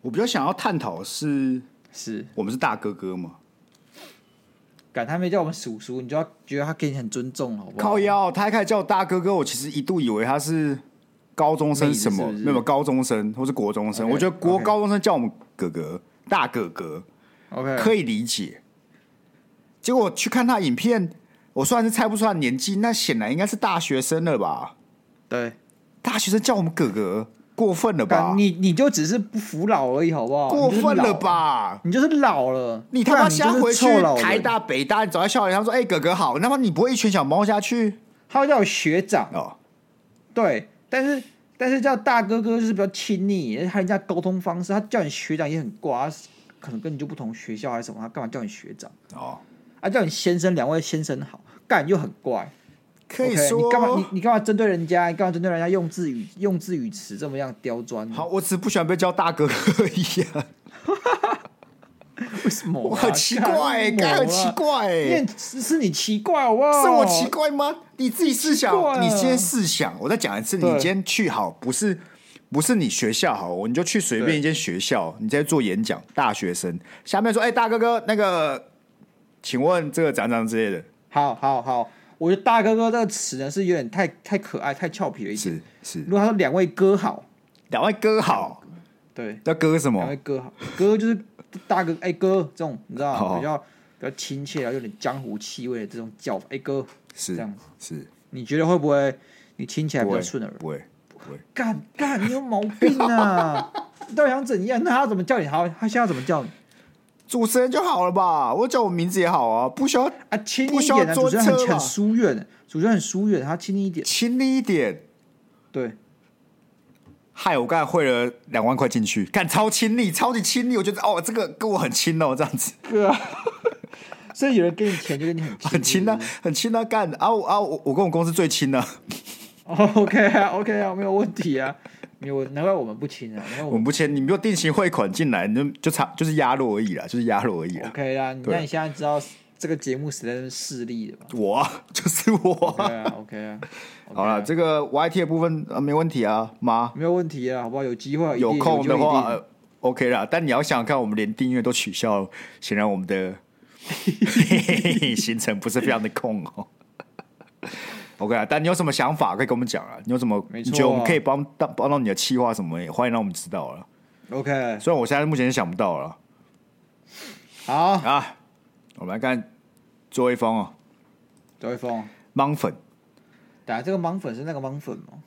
Speaker 2: 我比较想要探讨的是
Speaker 1: 是，
Speaker 2: 我们是大哥哥嘛？
Speaker 1: 敢他没叫我们叔叔，你就要觉得他给你很尊重，好不好？
Speaker 2: 靠腰，他一开始叫我大哥哥，我其实一度以为他是高中生
Speaker 1: 妹子
Speaker 2: 什么，
Speaker 1: 是不是
Speaker 2: 没有高中生或是国中生。
Speaker 1: OK，
Speaker 2: 我觉得国
Speaker 1: OK
Speaker 2: 高中生叫我们哥哥、大哥哥
Speaker 1: ，OK，
Speaker 2: 可以理解。结果去看他影片，我虽然是猜不出他的年纪，那显然应该是大学生了吧？
Speaker 1: 对，
Speaker 2: 大学生叫我们哥哥，过分了吧
Speaker 1: 敢？你你就只是不服老而已，好不好？
Speaker 2: 过
Speaker 1: 你就是
Speaker 2: 分了
Speaker 1: 老？
Speaker 2: 吧？
Speaker 1: 你就是老了，
Speaker 2: 你他妈
Speaker 1: 不然
Speaker 2: 瞎
Speaker 1: 就是
Speaker 2: 回去
Speaker 1: 臭老人
Speaker 2: 台，大、北大，你走在校园，他说：“哎、哥哥好。”那么你不会一拳小猫下去
Speaker 1: 他会叫我学长，
Speaker 2: 哦？
Speaker 1: 对，但是但是叫大哥哥就是比较亲昵，而且他人家沟通方式，他叫你学长也很瓜，可能跟你就不同学校还是什么，他干嘛叫你学长？
Speaker 2: 哦，
Speaker 1: 啊，叫你先生，两位先生好，干又很怪。
Speaker 2: 可以
Speaker 1: OK，
Speaker 2: 说
Speaker 1: 你干嘛？你你干嘛针对人家？你干嘛针对人家用字语用字语词这么样刁钻？
Speaker 2: 好，，我只是不喜欢被叫大哥哥而已 啊，
Speaker 1: 为什么啊、
Speaker 2: 我很奇怪、欸，
Speaker 1: 干啊
Speaker 2: 该很奇。怪、
Speaker 1: 你很
Speaker 2: 欸，
Speaker 1: 是是你奇怪好不好？
Speaker 2: 是我奇怪吗？你自己试想
Speaker 1: 奇怪，啊
Speaker 2: 你今天试想，我再讲一次，你
Speaker 1: 对
Speaker 2: 今天去好，不是不是你学校好，你就去随便一间学校，你在做演讲，大学生下面说：“哎、大哥哥，那个，请问这个怎样怎样之类的，
Speaker 1: 好好好，我觉得“大哥哥”这个词呢是有点太太可爱、太俏皮了一点。
Speaker 2: 是是
Speaker 1: 如，果他说两位哥好，
Speaker 2: 两位哥好，
Speaker 1: 对，
Speaker 2: 要哥什么
Speaker 1: 两？”位哥好，哥就是大哥，哎、哥这种你知道
Speaker 2: 好
Speaker 1: 吗比较比较亲切，然后有点江湖气味的这种叫法，哎、哥
Speaker 2: 是
Speaker 1: 这样子，
Speaker 2: 是，
Speaker 1: 你觉得会不会你听起来
Speaker 2: 不
Speaker 1: 比较
Speaker 2: 会
Speaker 1: 顺耳？
Speaker 2: 不会不会，
Speaker 1: 干干，你有毛病啊！ 你到底想怎样？那他要怎么叫你？好，他现在要怎么叫你？
Speaker 2: 主持人就好了吧？我叫我名字也好啊，不需要
Speaker 1: 啊，亲
Speaker 2: 不
Speaker 1: 一
Speaker 2: 需要
Speaker 1: 点啊！主
Speaker 2: 坐
Speaker 1: 持人很
Speaker 2: 车吧
Speaker 1: 很疏远，主持人很疏远，他亲你一点。
Speaker 2: 亲你一点。
Speaker 1: 对，
Speaker 2: 害我刚才汇了两万块进去，看超亲力，超级亲力，我觉得哦，这个跟我很亲哦，这样子
Speaker 1: 对啊。 所以有人给你钱就跟你很
Speaker 2: 很亲啊，很亲啊，干啊我啊我我跟我公司最亲啊，
Speaker 1: 哦，OK 啊，OK 啊，没有问题啊。没有，难怪我们不亲啊，难怪我
Speaker 2: 我们
Speaker 1: 们
Speaker 2: 不签，你们就定期汇款进来，你就就差就是压落而已啦，就是压落而已啦。
Speaker 1: OK 啦。你
Speaker 2: 对
Speaker 1: 那你现在知道这个节目谁在那边势力的吧
Speaker 2: 我啊 就是我啊、
Speaker 1: ？OK 啊，OK 啊，
Speaker 2: 好了，这个 YT 的部分、啊、没问题啊，妈，
Speaker 1: 没有问题啊，好不好？有机会，一定
Speaker 2: 有空
Speaker 1: 机
Speaker 2: 的
Speaker 1: 会一
Speaker 2: 话、
Speaker 1: 定
Speaker 2: 呃 OK 啦，但你要想想看，我们连订阅都取消了，显然我 们的 行程不是非常的空哦。OK 啊，但你有什么想法可以跟我们讲啊？你有什么？
Speaker 1: 没
Speaker 2: 你
Speaker 1: 错啊
Speaker 2: 觉得我们可以帮帮帮到你的企划什么？也欢迎让我们知道了。
Speaker 1: OK，
Speaker 2: 虽然我现在目前是想不到了
Speaker 1: 好，
Speaker 2: 啊。我们来看最后一封哦，
Speaker 1: 周一峰，
Speaker 2: 盲粉，
Speaker 1: 打这个盲粉是那个盲粉吗？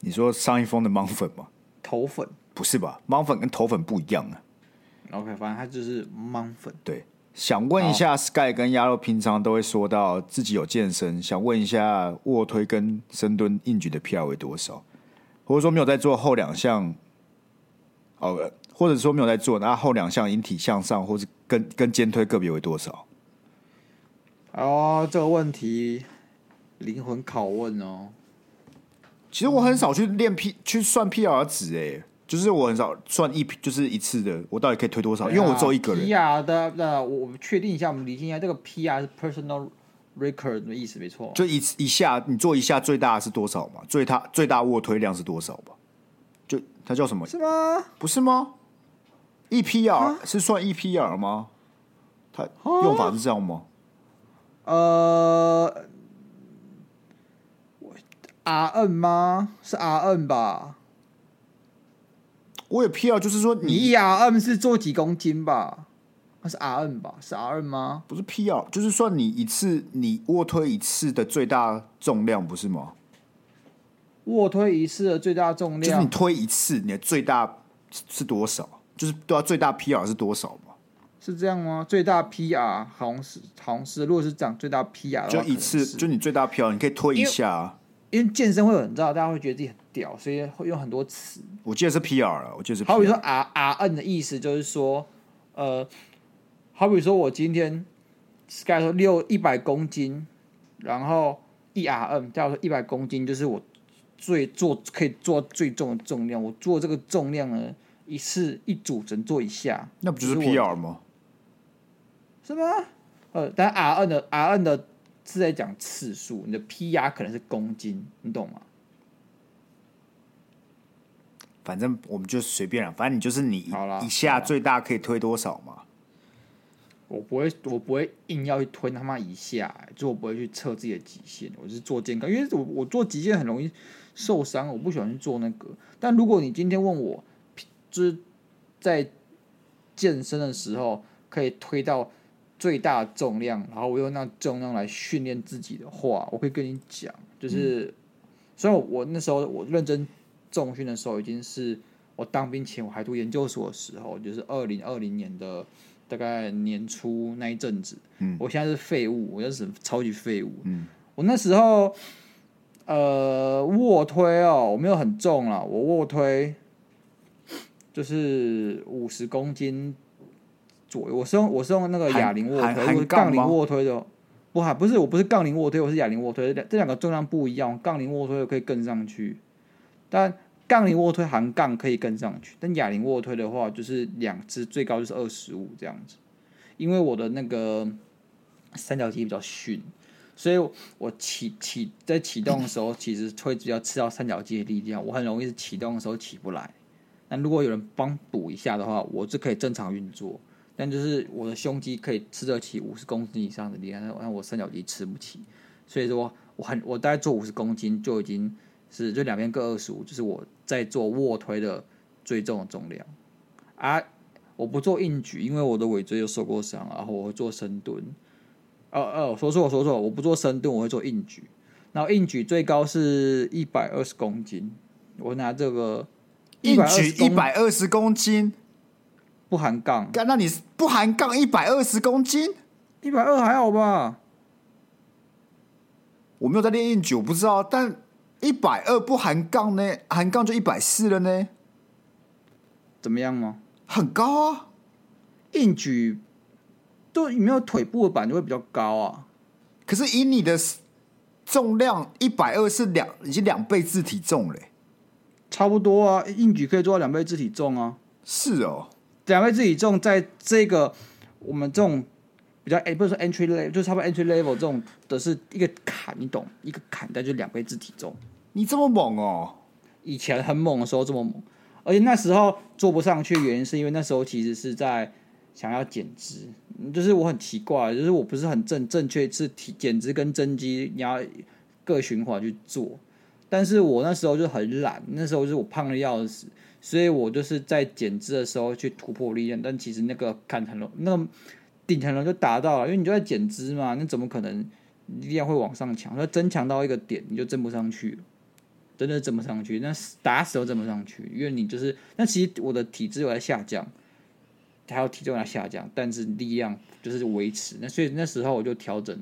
Speaker 2: 你说上一封的盲粉吗？
Speaker 1: 头粉
Speaker 2: 不是吧？盲粉跟头粉不一样啊。
Speaker 1: ，OK，反正他就是盲粉。
Speaker 2: 对，想问一下 Sky 跟鸭肉平常都会说到自己有健身，想问一下卧推跟深蹲硬举的 PR 为多少，或者说没有在做后两项，哦，呃或者说没有在做，啊那后两项引体向上或是跟跟肩推个别为多少？
Speaker 1: 哦，这个问题灵魂拷问哦。
Speaker 2: 其实我很少去练 P 去算 PR 值诶、就是我很少算一就是一次的，我到底可以推多少？因为我只有一个人。
Speaker 1: PR 的，那我我确定一下，我们理清一下，这个 PR 是 personal record 的意思，没错。
Speaker 2: 就一次一下，你做一下最大是多少嘛？最大最大卧推量是多少吧？就它叫什么？
Speaker 1: 是吗？
Speaker 2: 不是吗？EPR 是算 EPR 吗？它用法是这样吗？
Speaker 1: 呃，R N 吗？是 R N 吧？
Speaker 2: 我有癖好，就是说
Speaker 1: 你
Speaker 2: 你
Speaker 1: E R M 是做几公斤吧？那是 R M 吧？是 R M 吗？
Speaker 2: 不是癖好，就是说你一次你卧推一次的最大重量不是吗？
Speaker 1: 卧推一次的最大重
Speaker 2: 就是你
Speaker 1: 量
Speaker 2: 推一次，你的最大是多少？就是对啊，最大 PR 是多少嘛？
Speaker 1: 是这样吗？最大 P R 好像是好像是，如果是讲最大 P R 的
Speaker 2: 就
Speaker 1: 话，
Speaker 2: 一次，就你最大 PR 你可以推一下、啊，
Speaker 1: 因为健身会有人知道，大家会觉得自己很屌，所以会用很多词。
Speaker 2: 我记得是 PR 了，我记得是 PR。
Speaker 1: 好比说 R R N 的意思就是说，呃，好比说我今天 Sky 说六一百公斤，然后一 R N，假如说一百公斤就是我最做可以做最重的重量，我做这个重量呢一次一组只能做一下，
Speaker 2: 那不就是
Speaker 1: 就是我
Speaker 2: PR 吗？
Speaker 1: 是吗？呃，但 R N 的 R N 的是在讲次数，你的 P R 可能是公斤，你懂吗？
Speaker 2: 反正我们就随便了，反正你就是你
Speaker 1: 好啦
Speaker 2: 一下
Speaker 1: 好啦
Speaker 2: 最大可以推多少嘛？
Speaker 1: 我不会，我不会硬要去吞他妈一下、欸，就我不会去测自己的极限，我是做健康，因为我我做极限很容易受伤，我不喜欢去做那个。但如果你今天问我，就是在健身的时候可以推到最大重量，然后我用那重量来训练自己的话，我可以跟你讲，就是、虽然我我那时候我认真重训的时候，已经是我当兵前我还读研究所的时候，就是二零二零年的大概年初那一阵子，嗯，我现在是废物，我就是超级废物，嗯，我那时候呃卧推哦，我没有很重了，我卧推就是五十公斤左右，我是用我是用那个
Speaker 2: 含
Speaker 1: 哑铃卧
Speaker 2: 含
Speaker 1: 推，
Speaker 2: 含
Speaker 1: 我是
Speaker 2: 杠
Speaker 1: 杠铃
Speaker 2: 吗
Speaker 1: 卧推的哦。不还不是我不是杠铃卧推，我是哑铃卧推，这两这两个重量不一样。杠铃卧推我可以跟上去，但杠铃卧推含杠可以跟上去，但哑铃卧推的话就是两只最高就是二十五这样子。因为我的那个三角肌比较逊，所以我启启在启动的时候，其实会比较吃到三角肌的力量，我很容易是启动的时候起不来。但如果有人帮补一下的话，我是可以正常运作。但就是我的胸肌可以吃得起五十公斤以上的力量，但但我三角肌吃不起，所以说我很我大概做五十公斤就已经是就两边各二十五，就是我在做卧推的最重的重量。啊，我不做硬举，因为我的尾椎有受过伤，啊然后我会做深蹲。哦哦，我说错我说错，我不做深蹲，我会做硬举。然后硬举最高是一百二十公斤，我拿这个
Speaker 2: 硬举
Speaker 1: 120公
Speaker 2: 一百二十公斤，
Speaker 1: 不含杠，
Speaker 2: 干那你不含杠一百二十公斤？
Speaker 1: 一百二还好吧？
Speaker 2: 我没有在练硬举，我不知道，但一百二不含杠呢，含杠就一百四了呢，
Speaker 1: 怎么样吗？
Speaker 2: 很高啊。
Speaker 1: 硬举都没有腿部的板就会比较高啊。
Speaker 2: 可是以你的重量一百二是两已经两倍自体重了欸、
Speaker 1: 差不多啊，硬举可以做到两倍自体重啊。
Speaker 2: 是哦，
Speaker 1: 两倍自己重，在这个我们这种比较哎、不是说 entry level，就是差不多 entry level 这种的是一个坎，你懂？一个坎，但就是两倍自体重。
Speaker 2: 你这么猛哦，
Speaker 1: 以前很猛的时候这么猛，而且那时候做不上去，原因是因为那时候其实是在想要减脂，嗯就是我很奇怪，就是我不是很正正确是体减脂跟增肌你要各循环去做，但是我那时候就很懒，那时候就是我胖的要死，所以我就是在减脂的时候去突破力量，但其实那个坎很容那个顶很容易就达到了，因为你就在减脂嘛，那怎么可能力量会往上强？那增强到一个点你就增不上去了。真的挣不上去，那死打死都挣不上去，因为你就是那其实我的体脂有在下降，还有体重有在下降，但是力量就是维持。那所以那时候我就调整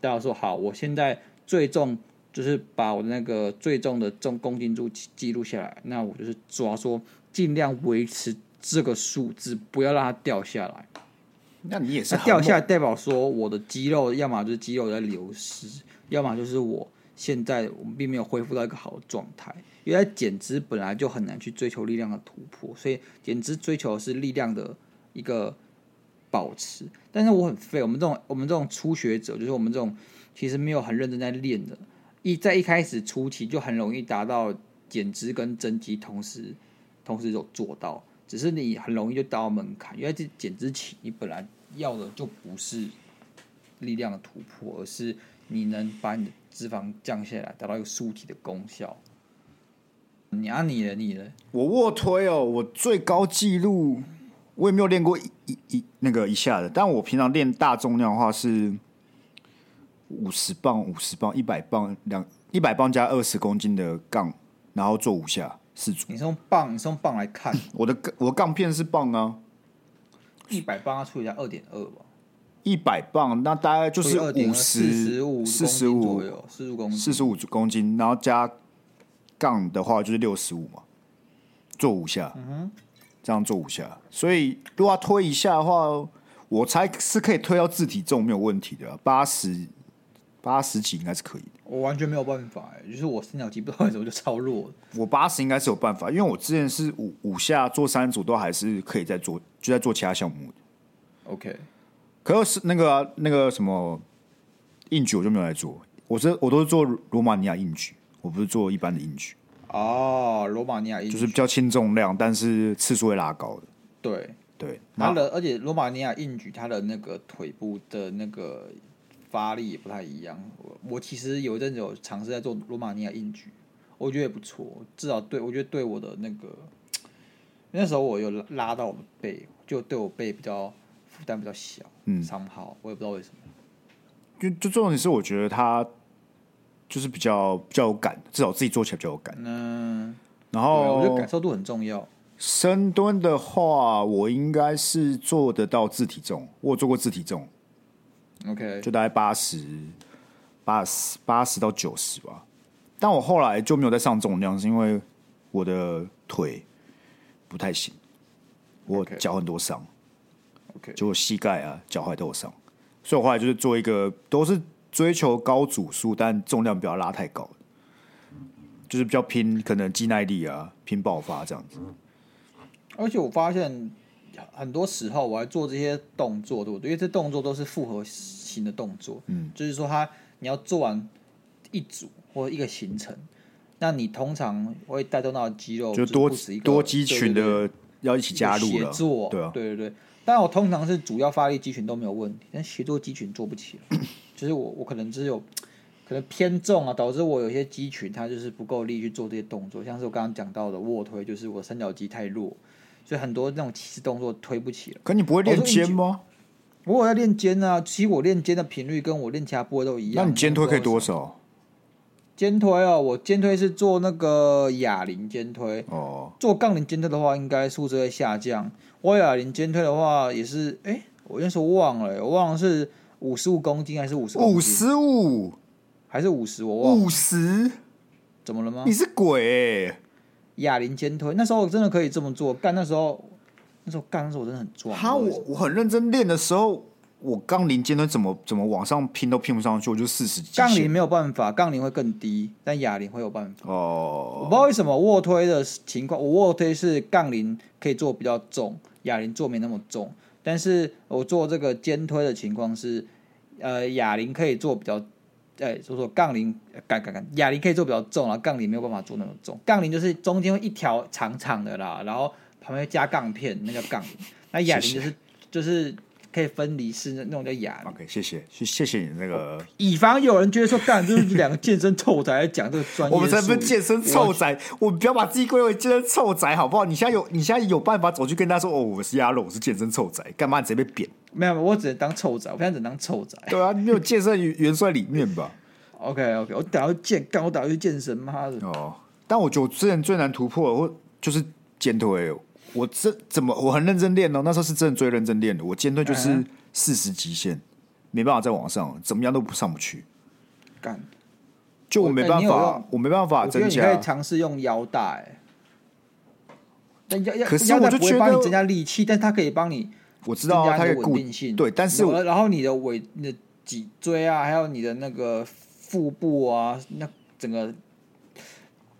Speaker 1: 到说，好，我现在最重就是把我的那个最重的重公斤数记记录下来，那我就是主要说尽量维持这个数字，不要让它掉下来。
Speaker 2: 那你也是
Speaker 1: 那
Speaker 2: 很
Speaker 1: 啊掉
Speaker 2: 猛
Speaker 1: 下来代表说我的肌肉，要么就是肌肉在流失，要么就是我现在我们并没有恢复到一个好的状态。因为在减脂本来就很难去追求力量的突破，所以减脂追求的是力量的一个保持。但是我很废，我们这种我们这种初学者，就是我们这种其实没有很认真在练的，一在一开始初期就很容易达到减脂跟增肌同时同时有做到，只是你很容易就达到门槛，因为这减脂期你本来要的就不是力量的突破，而是你能把你的脂肪降下来，达到一个塑体的功效。你啊你的你的，
Speaker 2: 我卧推哦，我最高纪录我也没有练过一一一那个一下的，但我平常练大重量的话是五十磅、五十磅、一百磅、两一百磅加二十公斤的杠，然后做五下四组。
Speaker 1: 你是用磅，你是用磅来看，
Speaker 2: 我的杠我的杠片是磅啊，
Speaker 1: 一百磅它除以下二点二吧，
Speaker 2: 一百磅那大概就
Speaker 1: 除
Speaker 2: 是
Speaker 1: 以二点
Speaker 2: 五
Speaker 1: 二四十五
Speaker 2: 四十
Speaker 1: 公斤左
Speaker 2: 五
Speaker 1: 右，四十五公斤。
Speaker 2: 四十五公斤，然后加杠的话就是六十五嘛，做五下，这样做五下。所以如果要推一下的话，我猜是可以推到自体重没有问题的啊，八十八十几应该是可以的。
Speaker 1: 我完全没有办法、欸，就是我三角肌不知道为什么就超弱了。
Speaker 2: 我八十应该是有办法，因为我之前是五五下做三组都还是可以再做，就在做其他项目的。
Speaker 1: OK，
Speaker 2: 可是那个啊、那个什么硬举我就没有来做，我是我都是做罗马尼亚硬举，我不是做一般的硬举。
Speaker 1: 哦，罗马尼亚硬
Speaker 2: 就
Speaker 1: 举
Speaker 2: 是比较轻重量，但是次数会拉高的。
Speaker 1: 对，
Speaker 2: 对，
Speaker 1: 它
Speaker 2: 那
Speaker 1: 的而且罗马尼亚硬举它的那个腿部的那个发力也不太一样。我我其实有一阵子有尝试在做罗马尼亚硬举，我觉得也不错，至少对我觉得对我的那个那时候我有拉拉到我的背，就对我背比较负担比较小，
Speaker 2: 嗯
Speaker 1: 伤好，我也不知道为什么。
Speaker 2: 就就重点是，我觉得它就是比较比较有感，至少自己做起来比较有感。
Speaker 1: 嗯，对，
Speaker 2: 然
Speaker 1: 我觉得
Speaker 2: 后
Speaker 1: 感受度很重要。
Speaker 2: 深蹲的话，我应该是做得到自体重，我有做过自体重，
Speaker 1: OK，
Speaker 2: 就大概八十、八十、八十到九十吧。但我后来就没有再上重量，是因为我的腿不太行，我
Speaker 1: OK
Speaker 2: 脚很多伤。
Speaker 1: OK，
Speaker 2: 就膝盖啊、脚踝都有伤，所以我后来就是做一个都是追求高组数，但重量不要拉太高，就是比较拼可能肌耐力啊、拼爆发这样子。
Speaker 1: 哦而且我发现很多时候我在做这些动作，对不对？因为这动作都是复合型的动作，嗯，就是说它你要做完一组或一个行程，那你通常会带动到的肌肉
Speaker 2: 就是多
Speaker 1: 不止一个
Speaker 2: 多肌群
Speaker 1: 对对对
Speaker 2: 的要一起加入
Speaker 1: 有
Speaker 2: 了
Speaker 1: 协作，，
Speaker 2: 对啊，
Speaker 1: 对对对。但我通常是主要发力肌群都没有问题，但协作肌群做不起来， 就是我我可能只有可能偏重啊，导致我有些肌群它就是不够力去做这些动作，像是我刚刚讲到的卧推，就是我三角肌太弱，所以很多那种骑士动作推不起来。
Speaker 2: 可你不会练肩吗？
Speaker 1: 我有在练肩啊，其实我练肩的频率跟我练其他部位都一样。啊
Speaker 2: 那你肩推可以多
Speaker 1: 少？
Speaker 2: 少？
Speaker 1: 肩推哦，我肩推是做那个哑铃肩推，
Speaker 2: 哦，
Speaker 1: 做杠铃肩推的话，应该数字会下降。我哑铃肩推的话，也是，哎、我那时候忘了、我忘了是五十五公斤还是五十
Speaker 2: 五十五，
Speaker 1: 还是五十，我忘了。
Speaker 2: 五十，
Speaker 1: 怎么了吗
Speaker 2: 你？是鬼、欸？
Speaker 1: 哑铃肩推，那时候我真的可以这么做，干那时候，那时候干那时候我真的很壮。
Speaker 2: 哈，
Speaker 1: 不知道为
Speaker 2: 我
Speaker 1: 什么
Speaker 2: 我很认真练的时候，我杠铃肩推怎么怎么往上拼都拼不上去，我就四十几。
Speaker 1: 杠铃没有办法，杠铃会更低，但哑铃会有办法。我
Speaker 2: 哦
Speaker 1: 不知道为什么卧推的情况，我卧推是杠铃可以做比较重，哑铃做没那么重。但是我做这个肩推的情况是，呃，哑铃可以做比较，呃，就说杠铃，呃杠杠杠，哑铃可以做比较重，然后杠铃没有办法做那么重。杠铃就是中间会一条长长的啦，然后旁边会加杠片，那叫杠铃。那哑铃就是就是可以分离式那种叫哑铃。
Speaker 2: ，OK，谢谢，谢谢谢你那个，
Speaker 1: 以防有人觉得说，干这是两个健身 臭仔在讲这个专业术语，
Speaker 2: 我们才不是健身臭宅，我们不要把自己归为健身臭宅，好不好？你现在有你现在有办法走去跟他说，哦，我是鸭肉，我是健身臭宅，干嘛你直接被扁？
Speaker 1: 没有，我只能当臭仔，我现在只能当臭仔。
Speaker 2: 对啊，你没有健身元素在里面吧？
Speaker 1: OK OK，我打到健，干我打到去健身，妈的！
Speaker 2: 哦，但我觉得我之前最难突破的，我就是肩推，我这怎么我很认真练哦，那时候是真的最认真练的，我肩推就
Speaker 1: 嗯
Speaker 2: 是四十极限，没办法再往上了，怎么样都不上不去，
Speaker 1: 干，
Speaker 2: 就我
Speaker 1: 我
Speaker 2: 没
Speaker 1: 哎
Speaker 2: 办
Speaker 1: 你有
Speaker 2: 法
Speaker 1: 用，
Speaker 2: 我没办法
Speaker 1: 我觉得
Speaker 2: 增
Speaker 1: 你可以
Speaker 2: 加。
Speaker 1: 尝试用腰带、欸，但腰腰
Speaker 2: 可是
Speaker 1: 腰
Speaker 2: 我
Speaker 1: 带
Speaker 2: 就
Speaker 1: 不
Speaker 2: 觉
Speaker 1: 会
Speaker 2: 得
Speaker 1: 帮你增加力气，但它可以帮你
Speaker 2: 我知
Speaker 1: 增
Speaker 2: 道
Speaker 1: 加
Speaker 2: 啊它可
Speaker 1: 你
Speaker 2: 以
Speaker 1: 的
Speaker 2: 固
Speaker 1: 稳定性。啊
Speaker 2: 对，但是
Speaker 1: 然
Speaker 2: 我
Speaker 1: 后然后你的尾、你的脊椎啊，还有你的那个腹部啊，那整个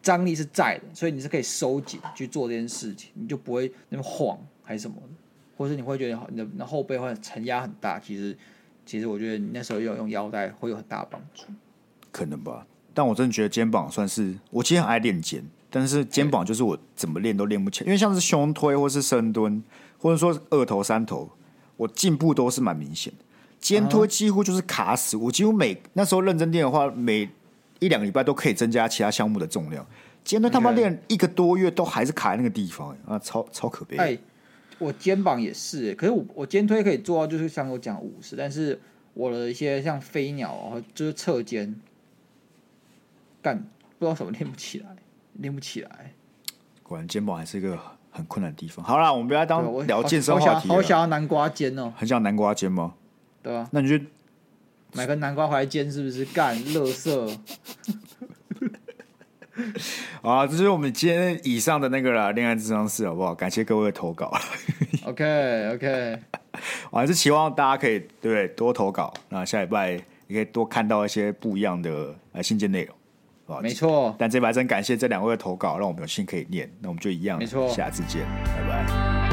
Speaker 1: 张力是在的，所以你是可以收紧去做这件事情，你就不会那么晃还是什么的，或是你会觉得你的你的后背会承压很大。其实其实我觉得你那时候用用腰带会有很大的帮助。
Speaker 2: 可能吧。但我真的觉得肩膀算是，我其实很爱练肩，但是肩膀就是我怎么练都练不起来，因为像是胸推或是深蹲，或者说二头三头，我进步都是蛮明显的。肩推几乎就是卡死，我几乎每那时候认真练的话，每一两个礼拜都可以增加其他项目的重量。今天他妈
Speaker 1: OK
Speaker 2: 练一个多月都还是卡在那个地方、欸啊，超超可悲。
Speaker 1: 哎、我肩膀也是、欸，可是我我肩推可以做到，就是像我讲五十，但是我的一些像飞鸟啊，就是侧肩，干不知道什么练不起来，练不起来。
Speaker 2: 果然肩膀还是一个很困难的地方。好啦，我们不要
Speaker 1: 对吧我
Speaker 2: 当聊健身
Speaker 1: 好
Speaker 2: 话
Speaker 1: 想
Speaker 2: 题
Speaker 1: 好
Speaker 2: 了。
Speaker 1: 想要南瓜肩哦、
Speaker 2: 很像南瓜肩吗？
Speaker 1: 对吧？
Speaker 2: 那你就
Speaker 1: 买个南瓜回来煎是不是？干，乐色。
Speaker 2: 啊，这就是我们今天以上的那个啦，恋爱智商室，好不好？感谢各位的投稿，
Speaker 1: OK OK，
Speaker 2: 我还是希望大家可以对不对多投稿，那下礼拜也可以多看到一些不一样的呃信件内容，好不好
Speaker 1: 没。错，
Speaker 2: 但这边还真感谢这两位的投稿，让我们有幸可以念。那我们就一样，
Speaker 1: 没错
Speaker 2: 下次见，拜拜。
Speaker 1: 拜